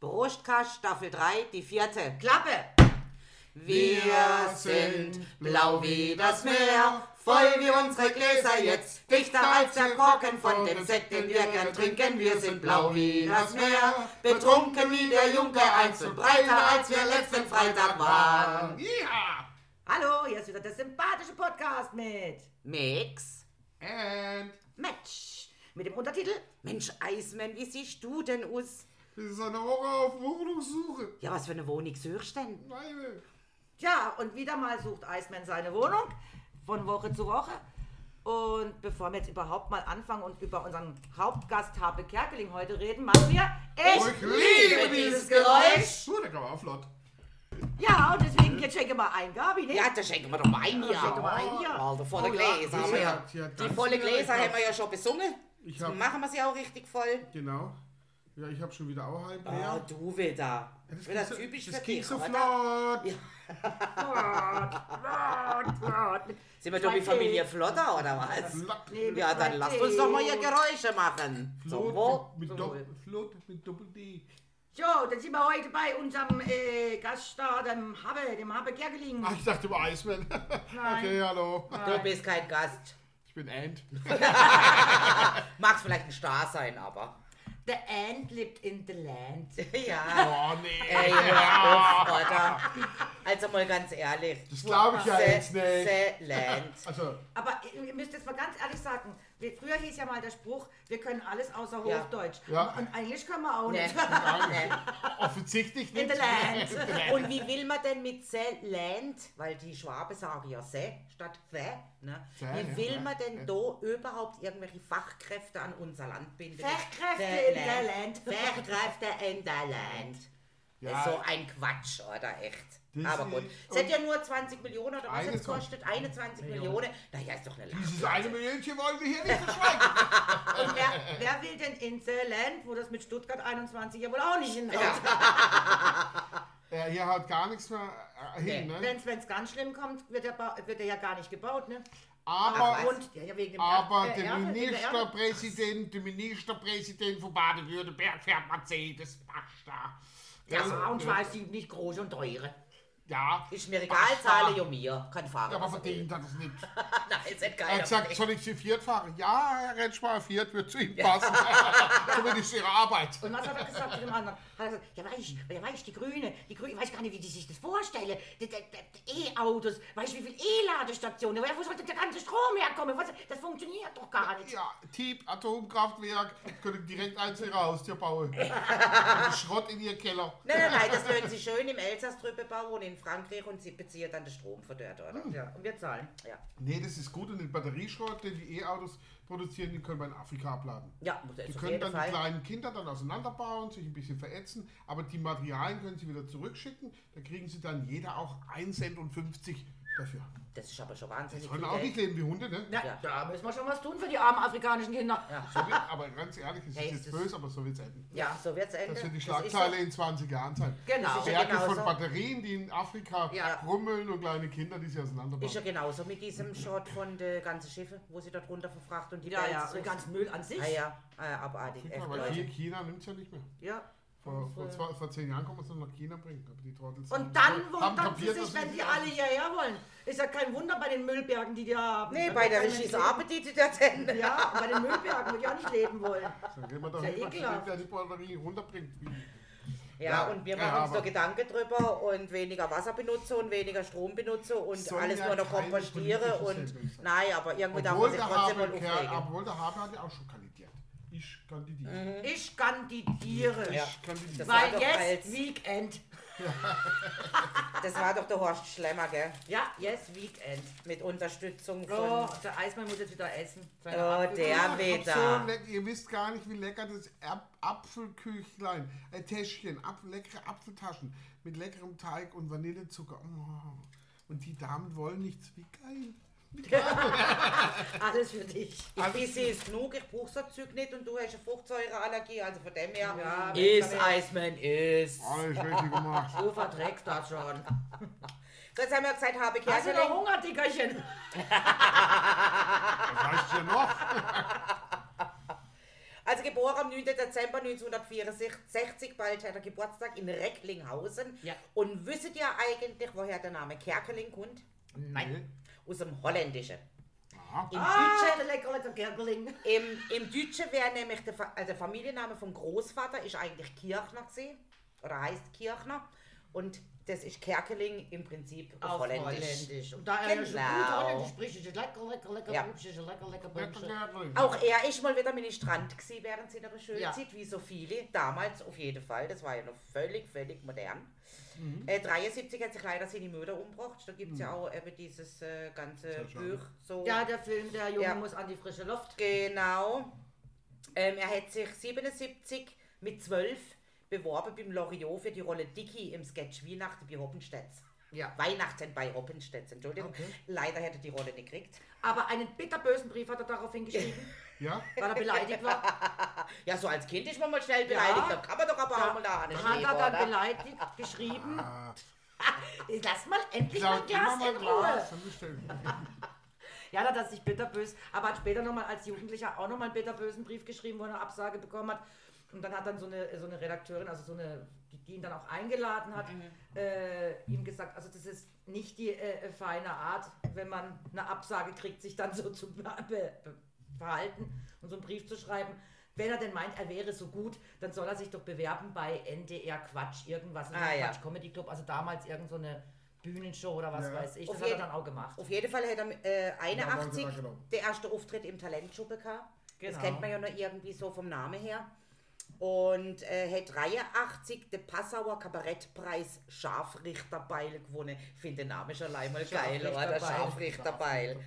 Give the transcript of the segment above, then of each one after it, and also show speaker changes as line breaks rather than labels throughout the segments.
Brustkast Staffel 3, die vierte.
Klappe!
Wir sind blau wie das Meer, voll wie unsere Gläser jetzt, dichter als der Korken von dem Sekt, den wir gern trinken. Wir sind blau wie das Meer, betrunken wie der Junker, eins und breiter als wir letzten Freitag waren.
Ja!
Hallo, hier ist wieder der sympathische Podcast mit
Mix?
And
Match. Mit dem Untertitel
Mensch, Eismann, wie siehst du denn aus?
ist eine Woche auf Wohnungssuche.
Ja, was für eine Wohnung suchst du denn?
Meine.
Ja, und wieder mal sucht Iceman seine Wohnung von Woche zu Woche. Und bevor wir jetzt überhaupt mal anfangen und über unseren Hauptgast Habe Kerkeling heute reden, machen wir
Ich
echt
liebe
dieses Geräusch.
So, da kann man auch flott.
Ja, und deswegen jetzt schenke mal ein, Gabi, ne?
Ja, da schenken wir doch mal ein,
schenken wir
ja.
mal ein, ja.
Also volle
Oh ja,
Gläser
das
haben wir
hat-
ja.
die hat
Die
ganz
volle
viele
Gläser
gehabt.
haben wir ja schon besungen.
Ich
Jetzt
hab-
machen wir sie auch richtig voll.
Genau. Ja, ich habe schon wieder auch halb
Ah,
leer.
du wieder.
Ja, das
wieder
ging so-
typisch für
Das ging
dich,
so
oder?
flott.
Sind wir doch wie
Zwei
Familie
Tee.
Flotter, oder was?
Flott.
Nee, mit
Ja,
zwei
dann lasst
T.
uns doch mal hier Geräusche machen. So, wo?
Flott mit, mit,
Zum Wohl.
Doppel- flott mit Doppel-D.
So, dann sind wir heute bei unserem äh, Gaststar, dem Habe, dem Habe Kerkeling.
Ach, Ah, ich dachte über Eismann. Okay, hallo.
Du bist kein Gast.
Ich bin Ant.
Magst vielleicht ein Star sein, aber.
The Ant lebt in the land.
ja.
Oh, nee.
Ey, hör auf, Alter. Also mal ganz ehrlich.
Das glaube ich ja jetzt nicht.
Land.
Also,
Aber äh, ihr müsst jetzt mal ganz ehrlich sagen, wir, früher hieß ja mal der Spruch, wir können alles außer
Ja.
Hochdeutsch.
Ja.
Und Englisch können wir auch
Nee.
nicht.
Nee.
offensichtlich nicht.
In the land.
Genau.
Und wie will man denn mit Se Land, weil die Schwaben sagen ja Se statt The, ne?
Se,
wie
ja,
will
ja,
man denn
ja.
da überhaupt irgendwelche Fachkräfte an unser Land binden?
Fachkräfte
The
in der Land.
Fachkräfte in der Land.
Ja.
So ein Quatsch, oder echt?
Das
Aber
ist-
gut. Es
und-
hat ja nur 20 Millionen oder was es
21
kostet? 21 Millionen. Naja, ist doch eine
Dieses
Lache.
eine Millionchen wollen wir hier nicht verschweigen.
Und wer, wer will denn in the land, wo das mit Stuttgart 21 ja wohl auch nicht hinhaut?
ja, hier haut gar nichts mehr äh, hin,
Nee.
ne?
Wenn es ganz schlimm kommt, wird der, Bau- wird der ja gar nicht gebaut, ne?
Ach,
Aber,
was?
Und, ja, ja, wegen dem
aber
Erd- äh,
der
Erde- wegen der Erde.
Ministerpräsident, der Ministerpräsident von Baden-Württemberg fährt Mercedes Basta.
Ja, und zwar ist die nicht groß und teure.
Also, äh, Ja,
Ist mir egal, zahle ich um mir. Kann fahren.
ah. ja, aber
was er will.
verdient hat es nicht.
Nein, ist nicht
Er
geil.
hat gesagt, soll ich sie Fiat fahren? Ja, Herr Retschmar, Fiat wird zu ihm passen. Zumindest ihre Arbeit.
Und was hat er gesagt zu dem anderen? Hat er gesagt, ja weiß, ja weiß, die Grüne, die Grüne, ich weiß gar nicht, wie die sich das vorstellen. Die- die- die E-Autos, weißt du, wie viele E-Ladestationen, Ja, wo soll denn der ganze Strom herkommen? Was, das funktioniert doch gar nicht.
Ja, Typ, Atomkraftwerk, können direkt eins ihrer Haustür bauen. Und Schrott in ihr Keller.
Nein, nein, nein, das würden sie schön im Elsass drüber bauen und in Frankreich und sie beziehen dann den Strom von dort, oder?
Hm.
Ja, und wir zahlen.
Ja,
Nee, das ist gut und den Batterieschrott, den die E-Autos produzieren, den können wir in Afrika abladen.
ja muss
Die
ist auf
können
jeden
dann die
Fall.
kleinen Kinder dann auseinanderbauen, sich ein bisschen verätzen, aber die Materialien können sie wieder zurückschicken. Da kriegen sie dann jeder auch 1 Cent und 50 dafür.
Das ist aber schon wahnsinnig viel
Sollen auch nicht
Geld.
leben wie Hunde, ne?
Na,
Ja.
da müssen wir schon was tun für die armen afrikanischen Kinder.
So wird, aber ganz ehrlich, es ist
Hey,
jetzt
das-
böse, aber so wird es enden.
Ja, so wird's enden.
Das wird die
ist so.
Schlagzeile in 20 Jahren sein.
Genau.
ja
Berge von
genauso.
Batterien, die in Afrika
Ja.
rummeln und kleine Kinder, die sie
Ist ja
auseinanderbauen.
genauso mit diesem Shot von den ganzen Schiffen, wo sie dort runter verfracht und die
Ja,
Bells
ja,
sucht.
und ganz Müll an sich.
Ah ja, äh, abartig. Echt,
Aber
Leute.
hier China nimmt es ja nicht mehr.
Ja.
Vor, vor, zwei, vor zehn Jahren konnte man es noch nach China bringen, aber die Trottels haben-
Und dann
haben
wundern sie
kapiert, dass
sich, wenn
es
die
nicht
alle
anders-
hierher wollen. Ist ja kein Wunder bei den Müllbergen, die die haben.
Nee,
Da
bei der
kann man
Regie ist
nicht leben.
Appetit, die da denn.
Ja, bei den Müllbergen würde ich auch nicht leben wollen.
Dann gehen wir doch
Ist ja
hin,
ekelhaft.
der die Batterie runterbringt.
Ja,
Ja,
und wir
ja,
machen uns
aber-
da Gedanken drüber und weniger Wasser benutzen und weniger Strom benutzen und
Soll
alles
ja
nur noch
keine
kompostiere
politische
und.
Sendung sein.
Nein, aber irgendwo darf man
Obwohl
sich
der,
trotzdem mal
Habe,
aufregen.
Kerl, obwohl der Habe hat ja auch schon kandidiert. Ich kandidiere.
Ich kandidiere.
Ja.
Ich kandidiere.
Das- war
Weil
doch
jetzt
als-
Weekend.
Das war doch der Horst Schlemmer, gell?
Ja, yes, Weekend.
Mit Unterstützung von.
Oh, der Eismann muss jetzt wieder essen. Seine
Oh,
Apfel-
der
So
Wetter.
leck, ihr wisst gar nicht, wie lecker das Ap Apfelküchlein, äh, Täschchen, Apf leckere Apfeltaschen mit leckerem Teig und Vanillezucker. Oh. Und die Damen wollen nichts. Wie geil.
Alles für dich.
Ich
also
wisse es genug, ich brauche so Zeug nicht und du hast eine Fruchtsäureallergie, also von dem her.
Ja,
is
wenn-
Eisman, is.
Alles Oh, richtig gemacht.
Du verträgst das schon.
Sonst haben wir gesagt,
Also
habe ich
Hast du noch
ja genau.
Hunger, Dickerchen?
Was heißt hier noch?
Also geboren am 9. Dezember 1964, bald hat er Geburtstag in Recklinghausen.
Ja.
Und wisst ihr eigentlich, woher der Name Kerkeling kommt?
Nein.
Aus dem Holländischen.
Aha.
Im
Ah,
Deutschen
der lecker, lecker Kerkeling.
Im, im Deutschen wäre nämlich der, Fa- also der Familienname vom Großvater ist eigentlich Kirchner gewesen, oder heißt Kirchner und das ist Kerkeling im Prinzip auf,
Auf
Holländisch.
Holländisch. Und da er ja schon gut
Genau.
Holländisch spricht, ist es lecker, lecker, lecker,
Ja.
Bumse, ist es lecker, lecker,
Lecker
Bumse.
Kerkeling.
Auch er ist mal wieder Ministrant gewesen während seiner
Ja.
Schulzeit, wie so viele damals auf jeden Fall. Das war ja noch völlig, völlig modern.
Mhm.
Äh, 73 hat sich leider seine Mutter umgebracht. Da gibt es ja auch eben dieses äh, ganze
Sehr schade.
Buch so.
Ja, der Film, der Junge
Ja.
muss an die frische Luft.
Genau. Ähm, er hat sich 77 mit 12 beworben beim Loriot für die Rolle Dicky im Sketch Weihnachten bei Hoppenstedt.
Ja.
Weihnachten bei Hoppenstedt, Entschuldigung.
Okay.
Leider hätte er die Rolle nicht gekriegt.
Aber einen bitterbösen Brief hat er daraufhin geschrieben,
Ja?
weil er beleidigt war.
Ja, so als Kind ist man mal schnell beleidigt, da kann man doch aber auch mal da
Da hat
anschreiben,
er dann
oder?
beleidigt geschrieben.
Ah,
Lass mal endlich mein
klaut immer
Glas
mal
in Ruhe.
Glas. Dann bestellen.
Ja, da hat er sich bitterbös, aber hat später nochmal als Jugendlicher auch nochmal einen bitterbösen Brief geschrieben, wo er eine Absage bekommen hat. Und dann hat dann so eine, so eine Redakteurin, also so eine, die, die ihn dann auch eingeladen hat,
Mhm.
äh, ihm gesagt, also das ist nicht die äh, feine Art, wenn man eine Absage kriegt, sich dann so zu be be verhalten und so einen Brief zu schreiben. Wenn er denn meint, er wäre so gut, dann soll er sich doch bewerben bei NDR Quatsch, irgendwas,
Ah, ja.
Quatsch Comedy Club, also damals irgend so eine Bühnenshow oder was
Ja.
weiß ich.
Auf
Das hat er
jeden-
dann auch gemacht.
Auf jeden Fall hätte er äh,
Ja, wollte
81
ich sagen, genau.
den ersten Auftritt im Talentshow bekommen.
Genau.
Das kennt man ja noch irgendwie so vom Namen her. Und äh, hat 83 den Passauer Kabarettpreis Scharfrichterbeil gewonnen. Ich finde den Namen schon allein mal geil, oder?
Scharfrichterbeil.
Scharfrichterbeil.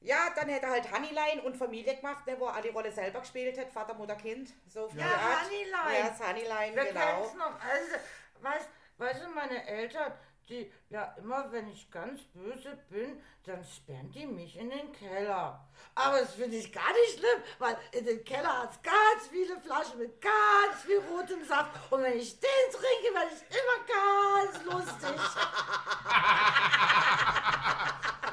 Ja, dann hat er halt Honeylein und Familie gemacht, ne, wo er alle Rolle selber gespielt hat. Vater, Mutter, Kind. So viel
Ja,
Art.
Honeylein.
Ja, das Honeylein,
Wir
genau.
kennen's noch. Also, weißt, weißt du, meine Eltern, die, ja, immer wenn ich ganz böse bin, dann sperren die mich in den Keller. Aber das finde ich gar nicht schlimm, weil in dem Keller hat's ganz viele Flaschen mit ganz viel rotem Saft. Und wenn ich den trinke, werde ich immer ganz lustig.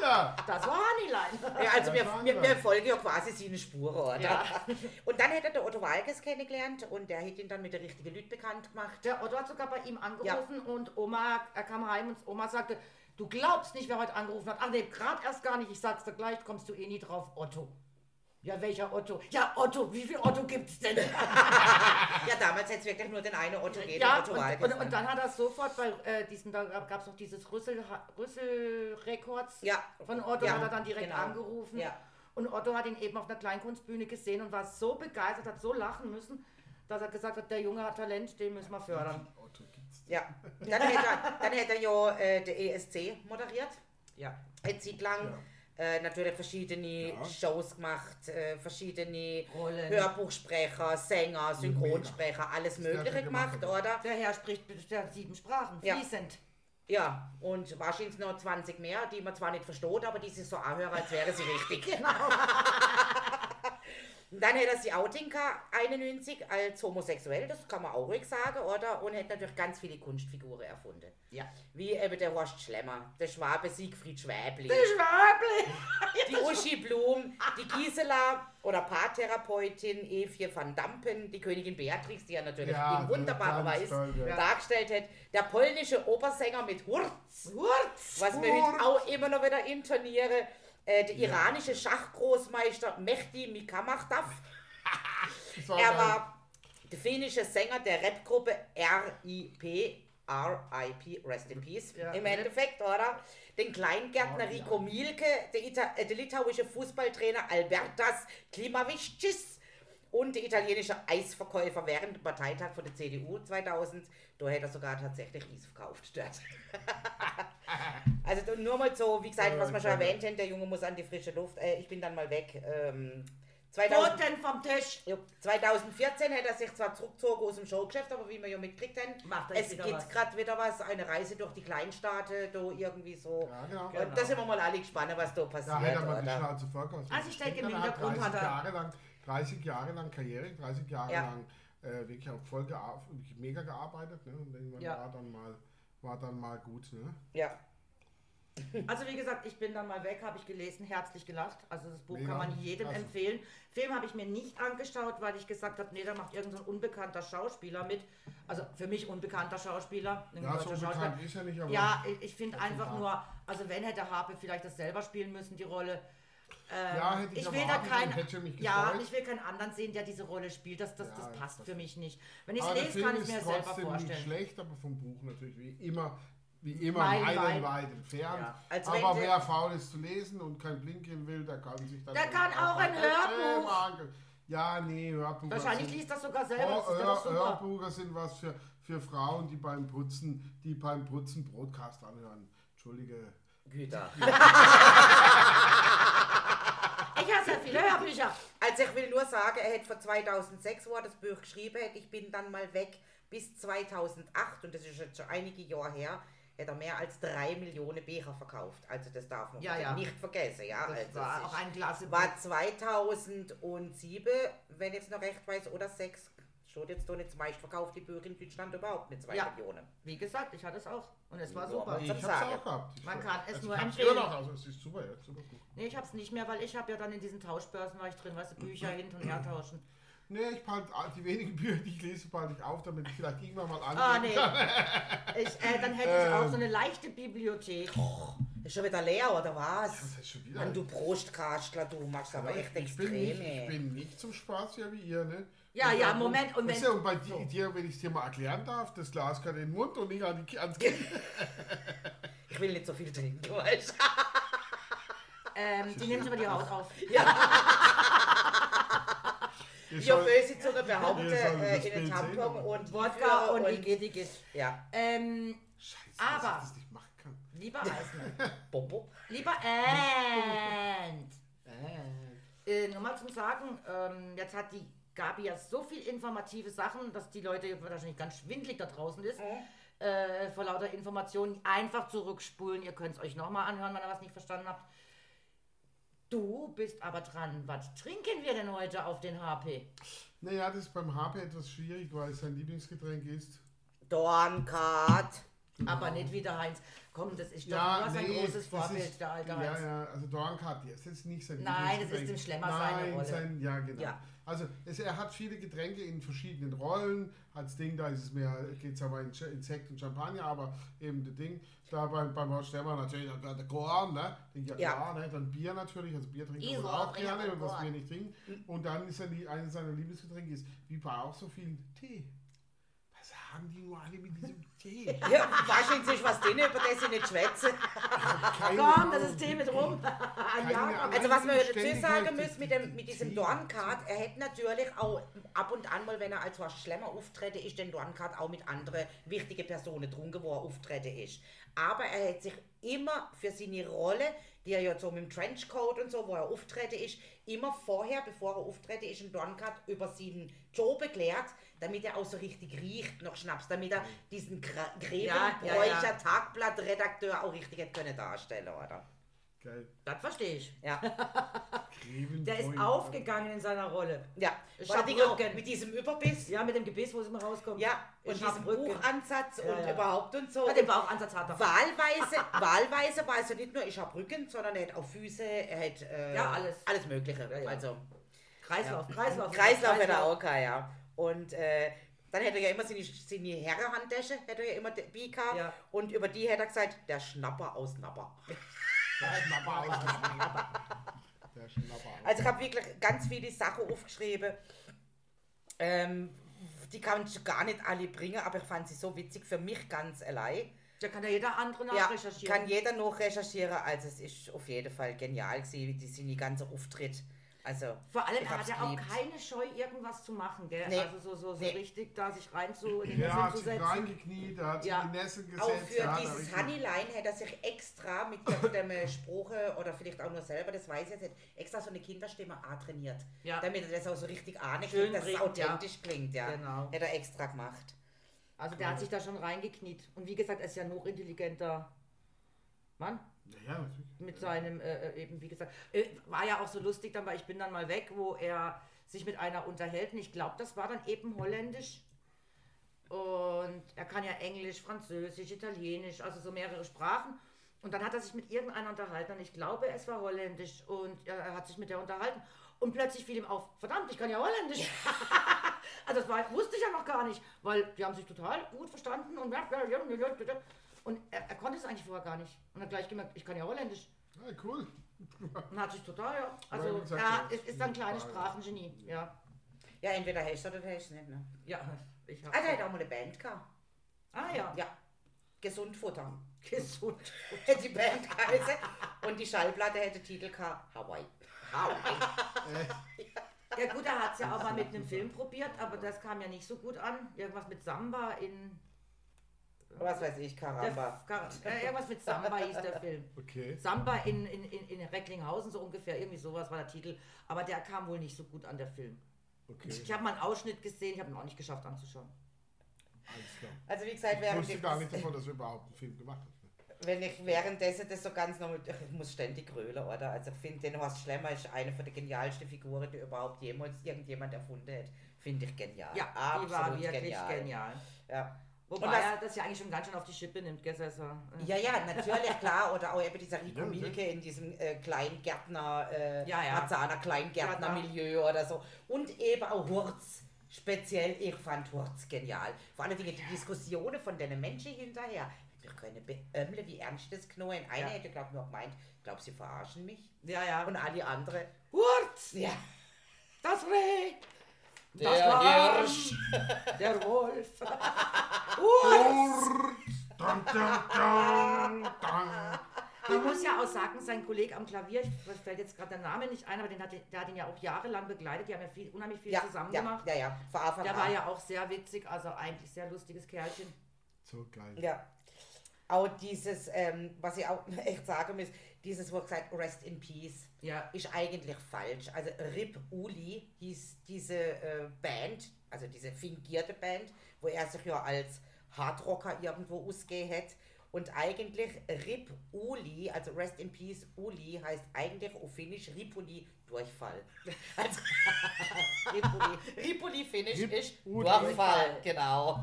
Ja,
Das war Honeylein.
Ja, also
Ja,
wir,
sagen
wir,
wir.
wir folgen ja quasi seine Spuren, oder?
Ja.
Und dann hat er den Otto Walkes kennengelernt und der hat ihn dann mit der richtigen Lüt bekannt gemacht.
Der Otto hat sogar bei ihm angerufen und Oma, er kam heim und Oma sagte, du glaubst nicht, wer heute angerufen hat. Ach nee, gerade erst gar nicht, ich sag's dir gleich, kommst du eh nie drauf, Otto. Ja, welcher Otto? Ja, Otto, wie viel Otto gibt's denn?
Ja, damals hätte es wirklich nur den einen Otto gegeben,
ja,
Otto Walkes.
und, und, und dann hat er sofort bei äh, diesem, da gab's noch dieses Rüssel, Rüssel Records
Ja.
von Otto,
Ja,
hat er dann direkt
genau.
angerufen.
Ja.
Und Otto hat ihn eben auf einer Kleinkunstbühne gesehen und war so begeistert, hat so lachen müssen, dass er gesagt hat, der Junge hat Talent, den müssen wir fördern.
Otto gibt's.
ja. Dann hätte er, dann hat er ja äh, der ESC moderiert.
Ja.
Eine Zeit lang. Äh, natürlich verschiedene
Ja.
Shows gemacht, äh, verschiedene
Rollen.
Hörbuchsprecher, Sänger, Synchronsprecher, alles
hat er
Mögliche
gemacht,
gemacht, oder?
Der Herr spricht bestimmt sieben Sprachen,
Ja.
fließend.
Ja, und wahrscheinlich noch 20 mehr, die man zwar nicht versteht, aber die sich so anhören, als wäre sie richtig. Genau. Und Dann hätte er sie Outing gehabt, 91 als homosexuell, das kann man auch ruhig sagen, oder? Und hätte natürlich ganz viele Kunstfiguren erfunden.
Ja.
Wie eben der Horst Schlemmer, der Schwabe Siegfried Schwäbli,
Ich weiblich.
die Uschi Blum, die Gisela oder Paartherapeutin Evie van Dampen, die Königin Beatrix, die er natürlich
Ja,
in
ganz
wunderbarer Weise
toll, ja.
dargestellt hat, der polnische Opersänger mit Hurz.
Wurz.
Was wir heute auch immer noch wieder intonieren, äh, der iranische Schachgroßmeister Mehdi Mikamachdaf.
Das war
Er
geil.
war der finnische Sänger der Rapgruppe RIP, RIP, Rest in Peace,
Ja,
im
ja.
Endeffekt, oder? Den Kleingärtner
Oh, ja.
Rico Mielke, der, Ita äh, der litauische Fußballtrainer Albertas Klimavischis und der italienische Eisverkäufer während dem Parteitag von der CDU 2000. Da hätte er sogar tatsächlich Eis verkauft. Dort. also nur mal so, wie gesagt,
Ja,
was wir schon
okay.
erwähnt haben, der Junge muss an die frische Luft. Äh, ich bin dann mal weg. Ähm, 2000,
Boten vom Tisch.
ja, 2014 hat er sich zwar zurückgezogen aus dem Showgeschäft, aber wie wir ja mitkriegt haben,
Macht er
es
jetzt wieder was.
gibt gerade wieder was, eine Reise durch die Kleinstaaten, da irgendwie so.
Ja, genau.
Und da sind wir mal alle gespannt, was da passiert.
Da hat er mal die
oder?
Schnauze voll gehabt.
Also ich denke, im
Kindern hat
Hintergrund hat
30
er-
Jahre lang, 30 Jahre lang Karriere, 30 Jahre
Ja.
lang äh, wirklich auch voll gear- mega gearbeitet. Ne? Und irgendwann
Ja.
war, dann mal, war dann mal gut. Ne?
ja.
Also wie gesagt, ich bin dann mal weg, habe ich gelesen, herzlich gelacht. Also das Buch
Mega.
kann man jedem
Also-
empfehlen. Film habe ich mir nicht angeschaut, weil ich gesagt habe, nee, da macht irgendein so ein unbekannter Schauspieler mit. Also für mich unbekannter Schauspieler. ein
Ja, so
deutscher
bekannt
Schauspieler.
ist er nicht, aber
Ja, ich, ich finde einfach
klar.
nur, also wenn hätte Harpe vielleicht das selber spielen müssen, die Rolle. Ähm,
Ja, hätte ich aber
will da
Harpe
kein,
gesehen, hätte mich
ja,
gefreut.
ich will keinen anderen sehen, der diese Rolle spielt. Das, das,
Ja,
das
das
passt für
verstehe
mich nicht. Wenn ich
Aber der
es lese,
Film
kann ich
ist
mir selber
trotzdem nicht
vorstellen.
schlecht, aber vom Buch natürlich wie immer, wie immer
Meilenweit.
meilenweit entfernt.
Ja, als wenn
aber
der-
wer faul ist zu lesen und kein Blinken will, der kann sich dann...
Der kann auch ein Hörbuch.
Äh, Ja, nee, Hörbuch.
Wahrscheinlich
also-
liest das sogar selber. Das
Hör,
ist ja doch
Hör,
super.
Hörbücher sind was für, für Frauen, die beim Putzen, die beim Putzen Broadcast anhören. Entschuldige.
Güter.
Ich habe sehr viele Hörbücher.
Also ich will nur sagen, er hätte vor 2006, wo er das Buch geschrieben hat, ich bin dann mal weg bis 2008 und das ist jetzt schon einige Jahre her, hat er mehr als drei Millionen Bücher verkauft. Also das darf man
Ja, ja.
nicht vergessen. Ja,
Das
also
war
es
auch
ist-
ein klasse Buch.
war 2007, wenn ich es noch recht weiß, oder 6. Schon jetzt doch nicht das meistverkaufte Buch in Deutschland überhaupt mit 2
Ja.
Millionen.
Wie gesagt, ich hatte es auch. Und es war
So,
super.
aber-
Ich
zum
hab's
Sagen.
auch gehabt. Ich
Man
hab-
kann es nur
ich hab's
empfehlen.
Immer noch, also es ist super, ja, super gut.
Nee, ich hab's nicht mehr, weil ich habe ja dann in diesen Tauschbörsen war ich drin, weißt du, Bücher hin und her tauschen.
Nee, ich behalte die wenigen Bücher, die ich lese, behalte ich auf, damit ich vielleicht irgendwann mal an.
Ah, nee. Ich, äh, dann hätte ich auch so eine leichte Bibliothek.
Ist schon wieder leer, oder was?
Das ist schon wieder.
Mann, du Prostkastler, du machst aber echt
ich, bin nicht,
extrem.
ich
ey.
bin nicht zum Spaß hier wie ihr, ne?
Ja, ja,
dann-
Moment, und
Weißt
wenn-
du, und bei dir, dir, wenn ich es dir mal erklären darf, das Glas kann in den Mund und nicht an die, ans Kind.
Ich will nicht so viel trinken, du weißt.
Ähm, die nimmt über die Haut auf.
Ihr
Ja,
sollt-
böse Zunge behauptet,
Ihr sollt
äh,
das
in den
Bild sehen,
Tampon
aber-
und
Wodka
Führer
und Igediges.
Ja,
Ähm,
Scheiße,
Aber-
dass ich das nicht machen kann.
lieber Eisner.
Bobo.
Lieber And. Äh, Nochmal zum Sagen, ähm, jetzt hat die Gabi ja so viel informative Sachen, dass die Leute wahrscheinlich ganz schwindlig da draußen ist. Äh, vor lauter Informationen einfach zurückspulen. Ihr könnt es euch nochmal anhören, wenn ihr was nicht verstanden habt. Du bist aber dran. Was trinken wir denn heute auf den HP?
Naja, das ist beim HP etwas schwierig, weil es sein Lieblingsgetränk ist.
Dornkart.
Aber nicht wieder Heinz. Komm, das ist doch nur sein großes
das
Vorbild,
ist-
der alte
Ja,
Heinz.
ja, also Dornkart, der ist jetzt nicht sein
Nein,
Lieblingsgetränk.
das ist dem Schlemmer seine
Nein,
Rolle.
Sein, ja, genau.
Ja.
Also es, er hat viele Getränke in verschiedenen Rollen. Als Ding, da ist es mehr, geht es aber in Sch- Insekt und Champagner, aber eben das Ding, da beim, beim Horst Schlemmer natürlich, da- der Korn, ne? Den, ja,
Ja.
klar, ne? Dann Bier natürlich, also Bier trinkt
Isol,
man auch
trinkt
gerne,
man
was
Korn.
wir nicht trinken. Und dann ist er die, eines seiner Lieblingsgetränke ist, wie bei auch so vielen, Tee. Was haben die nur alle mit diesem Tee?
Ja, wahrscheinlich ist was drin, über das ich nicht schwätze.
Keine
Komm, das
Ahnung.
ist Tee mit rum.
Keine Ahnung.
Also was man dazu
Ständig
sagen
halt
muss mit, dem, mit diesem
Tee.
Dornkart, er hätte natürlich auch ab und an mal, wenn er als was Schlemmer auftrete, ist den Dornkart auch mit anderen wichtigen Personen getrunken, wo er auftrete ist. Aber er hätte sich immer für seine Rolle, die er ja so mit dem Trenchcoat und so, wo er auftrete ist, immer vorher, bevor er auftrete ist, ein Dornkart über seinen Job erklärt, damit er auch so richtig riecht nach Schnaps, damit er diesen Gra-
Ja, ja,
Grevenbräucher
ja.
Tagblatt-Redakteur auch richtig hätte können darstellen, oder?
Geil.
Das verstehe ich.
Ja.
Der ist
Grevenbräu.
aufgegangen in seiner Rolle.
Ja,
Ich
weil
hab
die-
Rücken.
mit diesem Überbiss. Ja,
Ja, mit dem Gebiss, wo es immer rauskommt. Ah,
und
Ich hab
diesem
Rücken.
Buchansatz und
ja.
überhaupt und so.
Ja, den Bauchansatz hat er.
Wahlweise, wahlweise war es ja nicht nur, ich habe Rücken, sondern er hat auch Füße, er hat äh,
Ja, alles.
alles Mögliche.
ja.
Also
Kreislauf, Kreislauf.
Kreislauf hat er auch, gehabt, ja. Und äh, dann hätte er ja immer seine, seine Herrenhandtasche, hätte er ja immer dabei gehabt.
Ja.
Und über die hätte er gesagt, der Schnapper aus Napper.
Der Schnapper aus. der Schnapper. Der Schnapper aus.
Also ich habe wirklich ganz viele Sachen aufgeschrieben. Ähm, die kann ich gar nicht alle bringen, aber ich fand sie so witzig für mich ganz allein.
Da kann ja jeder andere
Ja,
nachrecherchieren.
kann jeder noch recherchieren. Also es ist auf jeden Fall genial gewesen, die sind die ganze Auftritt. Also
Vor allem,
ich
er hat
hab's
ja auch
geliebt.
keine Scheu, irgendwas zu machen, gell?
Nee.
Also so, so, so
Nee.
richtig da sich rein zu, in die
Der
Nesseln
hat
zu
sich
setzen.
reingekniet, der hat sich
Ja.
in die Nesseln gesetzt.
Auch für
der hat
dieses
richtig-
Honeyline hätte er sich extra mit irgendeinem Spruch äh, oder vielleicht auch nur selber, das weiß ich jetzt nicht, extra so eine Kinderstimme A trainiert.
Ja.
Damit er das auch so richtig ahne
Schön
kriegt, dass es
bringt, ja.
authentisch klingt. Ja.
Genau.
Hätte er extra gemacht.
Also der hat sich da schon reingekniet. Und wie gesagt, er ist ja ein hochintelligenter Mann.
Ja, ja, natürlich.
mit seinem, äh, äh, eben wie gesagt, äh, war ja auch so lustig dann, weil ich bin dann mal weg, wo er sich mit einer unterhält. Und ich glaube, das war dann eben holländisch. Und er kann ja Englisch, Französisch, Italienisch, also so mehrere Sprachen. Und dann hat er sich mit irgendeiner unterhalten und ich glaube, es war holländisch und er hat sich mit der unterhalten und plötzlich fiel ihm auf, verdammt, ich kann ja holländisch. also das war, wusste ich ja noch gar nicht, weil die haben sich total gut verstanden und und er, er konnte es eigentlich vorher gar nicht und hat gleich gemerkt, ich kann ja holländisch.
Ja, Ah, cool.
Und hat sich total, ja.
Weil
Also
man sagt,
er
ja,
ist, ist ein kleines
Sprache.
Sprachengenie, ja.
Ja, entweder hast du oder du hast nicht. Ne?
Ja, ich
Ah, der hat auch mal eine Band gehabt.
Ah ja.
Ja, gesund futtern.
Gesund.
Hätte die Band geheißen. Und die Schallplatte hätte Titel gehabt, Hawaii.
Ja gut, er hat es ja auch mal mit einem Film probiert, aber das kam ja nicht so gut an. Irgendwas mit Samba in...
Was weiß ich,
Der
Karamba.
F- Gar- äh, irgendwas mit Samba hieß der Film.
Okay.
Samba in, in, in, in Recklinghausen so ungefähr, irgendwie sowas war der Titel. Aber der kam wohl nicht so gut an, der Film.
Okay.
Ich habe mal einen Ausschnitt gesehen, ich habe ihn auch nicht geschafft anzuschauen.
Alles klar.
Also wie gesagt,
Ich
während
wusste gar nicht davon, dass wir überhaupt einen Film gemacht haben.
wenn ich währenddessen das so ganz noch mit, ich muss ständig grölen, oder? Also ich finde, den Horst Schlemmer ist eine von der genialsten Figuren, die überhaupt jemals irgendjemand erfunden hat. Finde ich genial.
Ja, die war wirklich genial.
Ja.
Wobei
das-
er das ja eigentlich schon ganz schön auf die Schippe nimmt, gell? Also, äh,
Ja, ja, natürlich, klar. Oder auch eben dieser Rico
Ja, ne?
Mielke in diesem äh, Kleingärtner, äh,
Ja, ja.
Marzahner Kleingärtner-Milieu oder so. Und eben auch Hurz. Speziell, ich fand Hurz genial. Vor allen Dingen die Diskussionen von den Menschen hinterher. Wir können beömmeln, wie ernst das Knoen. Eine
Ja.
hätte, glaube ich, nur gemeint, glaub, sie verarschen mich.
ja, ja.
Und alle anderen,
Hurz,
ja.
das Reh,
Der
das Lamm,
Hirsch.
der Wolf. Hurz!
Dun, dun, dun, dun.
Man muss ja auch sagen, sein Kollege am Klavier, ich- mir fällt jetzt gerade der Name nicht ein, aber den hat, der hat ihn ja auch jahrelang begleitet. Die haben ja viel, unheimlich viel
Ja,
zusammen
ja,
gemacht.
ja, ja. Von Anfang
Der
an.
war ja auch sehr witzig, also eigentlich sehr lustiges Kerlchen.
So geil.
Ja. Auch dieses, ähm, was ich auch echt sagen muss, dieses, wo gesagt Rest in Peace,
Ja.
ist eigentlich falsch. Also Rip Uli hieß diese äh, Band, also diese fingierte Band, wo er sich ja als Hardrocker irgendwo ausgehen hat. Und eigentlich Rip Uli, also Rest in Peace Uli, heißt eigentlich auf Finnisch Ripuli Durchfall. Also Ripuli, Ripuli Finnisch
Rip
ist
Uli.
Durchfall, genau.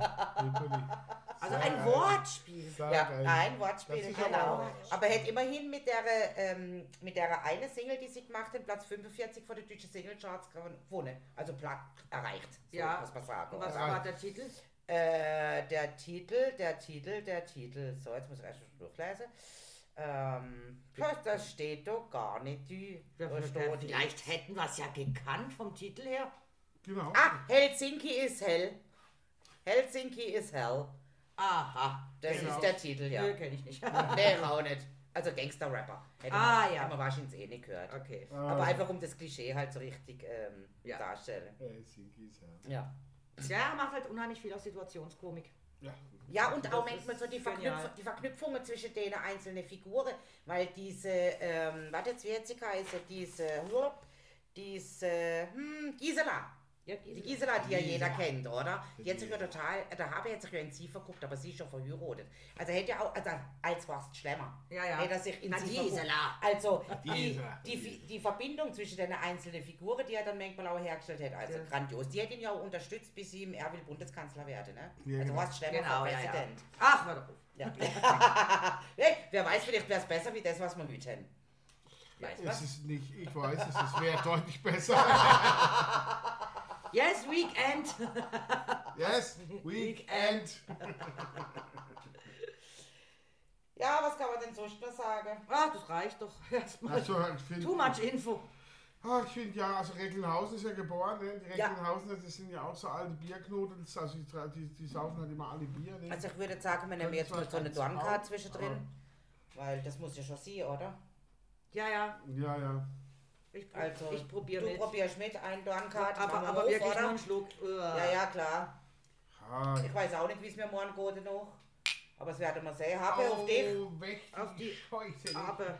Also ein Wortspiel.
Sehr
Ja,
geil.
ein Wortspiel,
Das ist aber
genau.
auch-
Aber hätte immerhin mit der, ähm, mit der eine Single, die sie gemacht hat, Platz 45 von der deutschen Singlecharts gewonnen. Also Pla- erreicht, so
Ja.
muss man sagen.
Und was
Ja.
war der Titel?
Äh, der Titel, der Titel, der Titel. So, jetzt muss ich erst schon durchlesen. Ähm, ja, das steht doch gar nicht. Die,
Ja,
Da steht die-
vielleicht hätten wir es ja gekannt vom Titel her.
Genau.
Ah, Helsinki ist hell. Helsinki ist hell.
Aha.
Das
Genau.
ist der Titel, ja.
Nö, kenne ich nicht.
Nee, auch nicht. Also Gangster-Rapper. Hätte
Ah,
man,
ja.
Hätte man wahrscheinlich eh nicht gehört.
Äh,
Okay.
Aber einfach um das Klischee halt so richtig ähm,
Ja.
darstellen.
Helsinki ist ja.
Ja.
Ja, er macht halt unheimlich viel aus Situationskomik.
Ja.
Ja, und auch
Das
manchmal
ist
so die,
genial.
Verknüpf die Verknüpfungen zwischen den einzelnen Figuren, weil diese, ähm, warte, jetzt, wie jetzt sie heißen, diese, hup, diese, hm, Gisela.
Ja,
Die
Gisela.
Gisela, die ja jeder
Gisela.
kennt, oder?
Die
Die hat sich ja
Gisela.
total, da habe ich jetzt sich ja in sie verguckt, aber sie ist schon verheiratet. Also hätte ja auch, also als Horst Schlemmer.
Ja, ja.
Hätte er sich in
Na,
sie
Gisela.
verguckt. Also die,
Gisela.
die, Fi- die Verbindung zwischen den einzelnen Figuren, die er dann manchmal auch hergestellt hat, also
Ja.
grandios. Die hat ihn ja auch unterstützt, bis sie im er will Bundeskanzler werde, ne?
Ja,
also
genau.
Horst Schlemmer
Genau,
war
ja, ja.
Präsident.
Ach, hör doch auf.
Ja. hey, wer weiß, vielleicht wäre es besser wie das, was wir heute haben. Weiß man.
Es ist nicht, ich weiß es, es wäre deutlich besser.
Yes, Weekend.
Yes, Weekend.
Ja, was kann man denn sonst noch sagen?
Ach, das reicht doch erstmal.
Also, ich finde
Too much info.
Ah, ich finde ja, also Recklinghausen ist ja geboren, ne? Die
Ja.
Recklinghausen, das sind ja auch so alte Bierknoten, also die, tra- die, die saufen halt immer alle Bier. Ne?
Also ich würde sagen, wir nehmen jetzt mal so eine
Könnte zwar
Dornkarte
ganz
zwischendrin. Weil das muss ja schon sein, oder?
Ja, ja.
ja, ja.
Ich, prob-
Also,
ich probiere
Du
mit.
probierst mit, ein Dornkart,
aber
machen wir
aber
auf,
wirklich
oder?
nur einen Schluck. Uah.
Ja, ja, klar.
Ah,
Ich weiß auch nicht, wie es mir morgen geht noch. Aber es werden wir sehen. Habe auf dich.
Oh, Weg,
Auf die
Scheiße. Aber,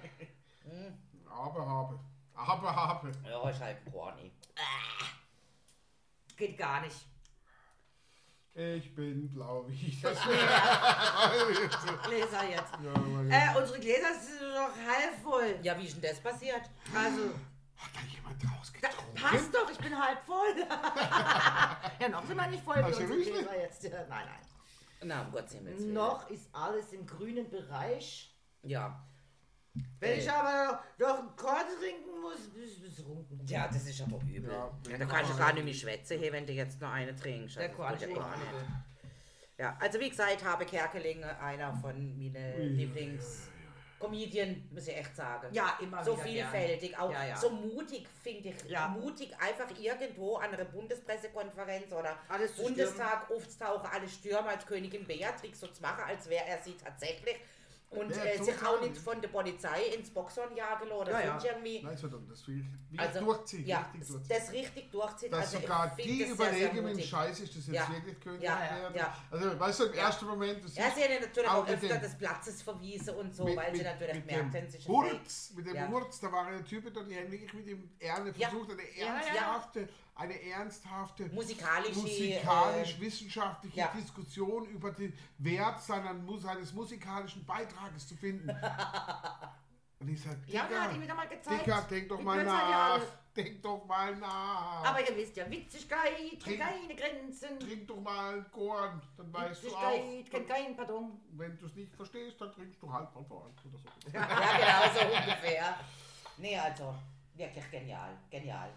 Aber
aber, habe. Aber, habe.
Ja, ist halt ein Corny.
geht gar nicht.
Ich bin blau wie das.
Gläser jetzt.
Ja, mein Gott.
Äh, unsere Gläser sind doch halb voll.
Ja, wie ist denn das passiert?
Also,
Hat da jemand rausgetrunken?
passt doch, ich bin halb voll. ja, noch sind wir nicht voll
Hast
mit
du
unseren
wirklich?
Gläser jetzt. Ja, nein, nein.
Na, um Gottes Himmels Willen.
Noch ist alles im grünen Bereich. Ja. Wenn ich aber noch einen Korn trinken muss, bin ich betrunken.
Ja, das ist aber übel.
Ja,
Ja, da kannst du gar nicht mehr schwätzen, hey, wenn du jetzt noch eine trinkst.
Der
Also,
Korn
das geht
ist
ja
auch
gar nicht.
übel.
Ja, also wie gesagt, habe Kerkelinge, einer von meinen Lieblings... Comedian, muss ich echt sagen.
Ja,
Ah,
immer
So
wieder
vielfältig,
gern.
auch
Ja, ja.
so mutig, finde ich.
Ja.
Mutig, einfach irgendwo an einer Bundespressekonferenz oder
Alles zu
Bundestag auftauchen, alle stürmen als Königin Beatrix so zu machen, als wäre er sie tatsächlich. Und
Ja,
äh, sich
total.
auch nicht von der Polizei ins Boxhorn jagen oder
Ja, ja.
sonst irgendwie. Also,
Nein, so dumm, das will ich will ich durchziehen.
ja,
richtig durchziehen.
das richtig durchziehen.
Dass
also ich
sogar
find das
die
sehr, sehr
überlegen, mit
mutig.
Scheiß ist das jetzt
Ja.
wirklich König
Ja,
ja,
werden?
ja.
Also, weißt du, im ersten Moment, das
Ja, sie haben natürlich
Auch
auch
mit
öfter
dem-
des Platzes verwiesen und so, weil sie natürlich
mit
gemerkt haben,
dem
sie ist ein
Hurz,
Fake.
mit dem
Ja.
Hurz, da war ein Typ, der die haben wirklich mit dem Erne
Ja.
versucht, eine
ja, ja.
ernsthafte, eine ernsthafte
Musikalische, äh,
musikalisch-wissenschaftliche
ja.
Diskussion über den Wert seiner, Mu- seines musikalischen Beitrages zu finden. Und ich sag,
Ja,
Digga,
der hat ihm wieder halt mal gezeigt.
Digga, denk doch
Die
mal
Blödsinn
halt
hat ja
nach,
alle.
denk doch mal nach.
Aber ihr wisst ja, Witzigkeit
Trink-
kennt keine Grenzen.
Trink doch mal einen Korn, dann weißt du
Witzigkeit kennt
auch.
keinen Pardon.
Wenn du es nicht verstehst, dann trinkst du halt mal vor oder so.
Ja, genau so ungefähr. Nee, also, wirklich genial, genial.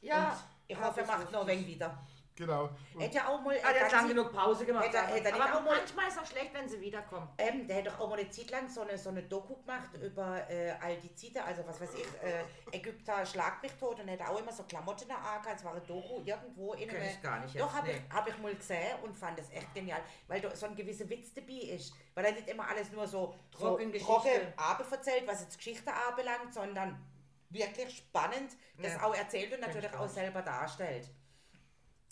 Ja.
Und ich hoffe, er macht noch ein wenig wieder.
Genau. Und
Hätte ja auch mal...
Ah, der hat
ganz-
lang genug Pause gemacht.
Hätte er- hätte er nicht
aber
auch mal-
manchmal ist es auch schlecht, wenn sie wiederkommen.
Ähm, der hat doch auch mal eine Zeit lang so eine, so eine Doku gemacht über äh, all die Zeiten, also was weiß ich, äh, Ägypter schlag mich tot und hat auch immer so Klamotten an, es war eine Doku irgendwo in
Kenn ich gar nicht jetzt,
Doch, habe
nee.
ich, hab ich mal gesehen und fand das echt genial, weil da so ein gewisser Witz dabei ist. Weil er nicht immer alles nur so
Trocken
so trocken
Geschichte.
Abe erzählt, was jetzt Geschichte anbelangt, sondern wirklich spannend das
Ja.
auch erzählt und
ich
natürlich
gar
auch
nicht.
selber darstellt.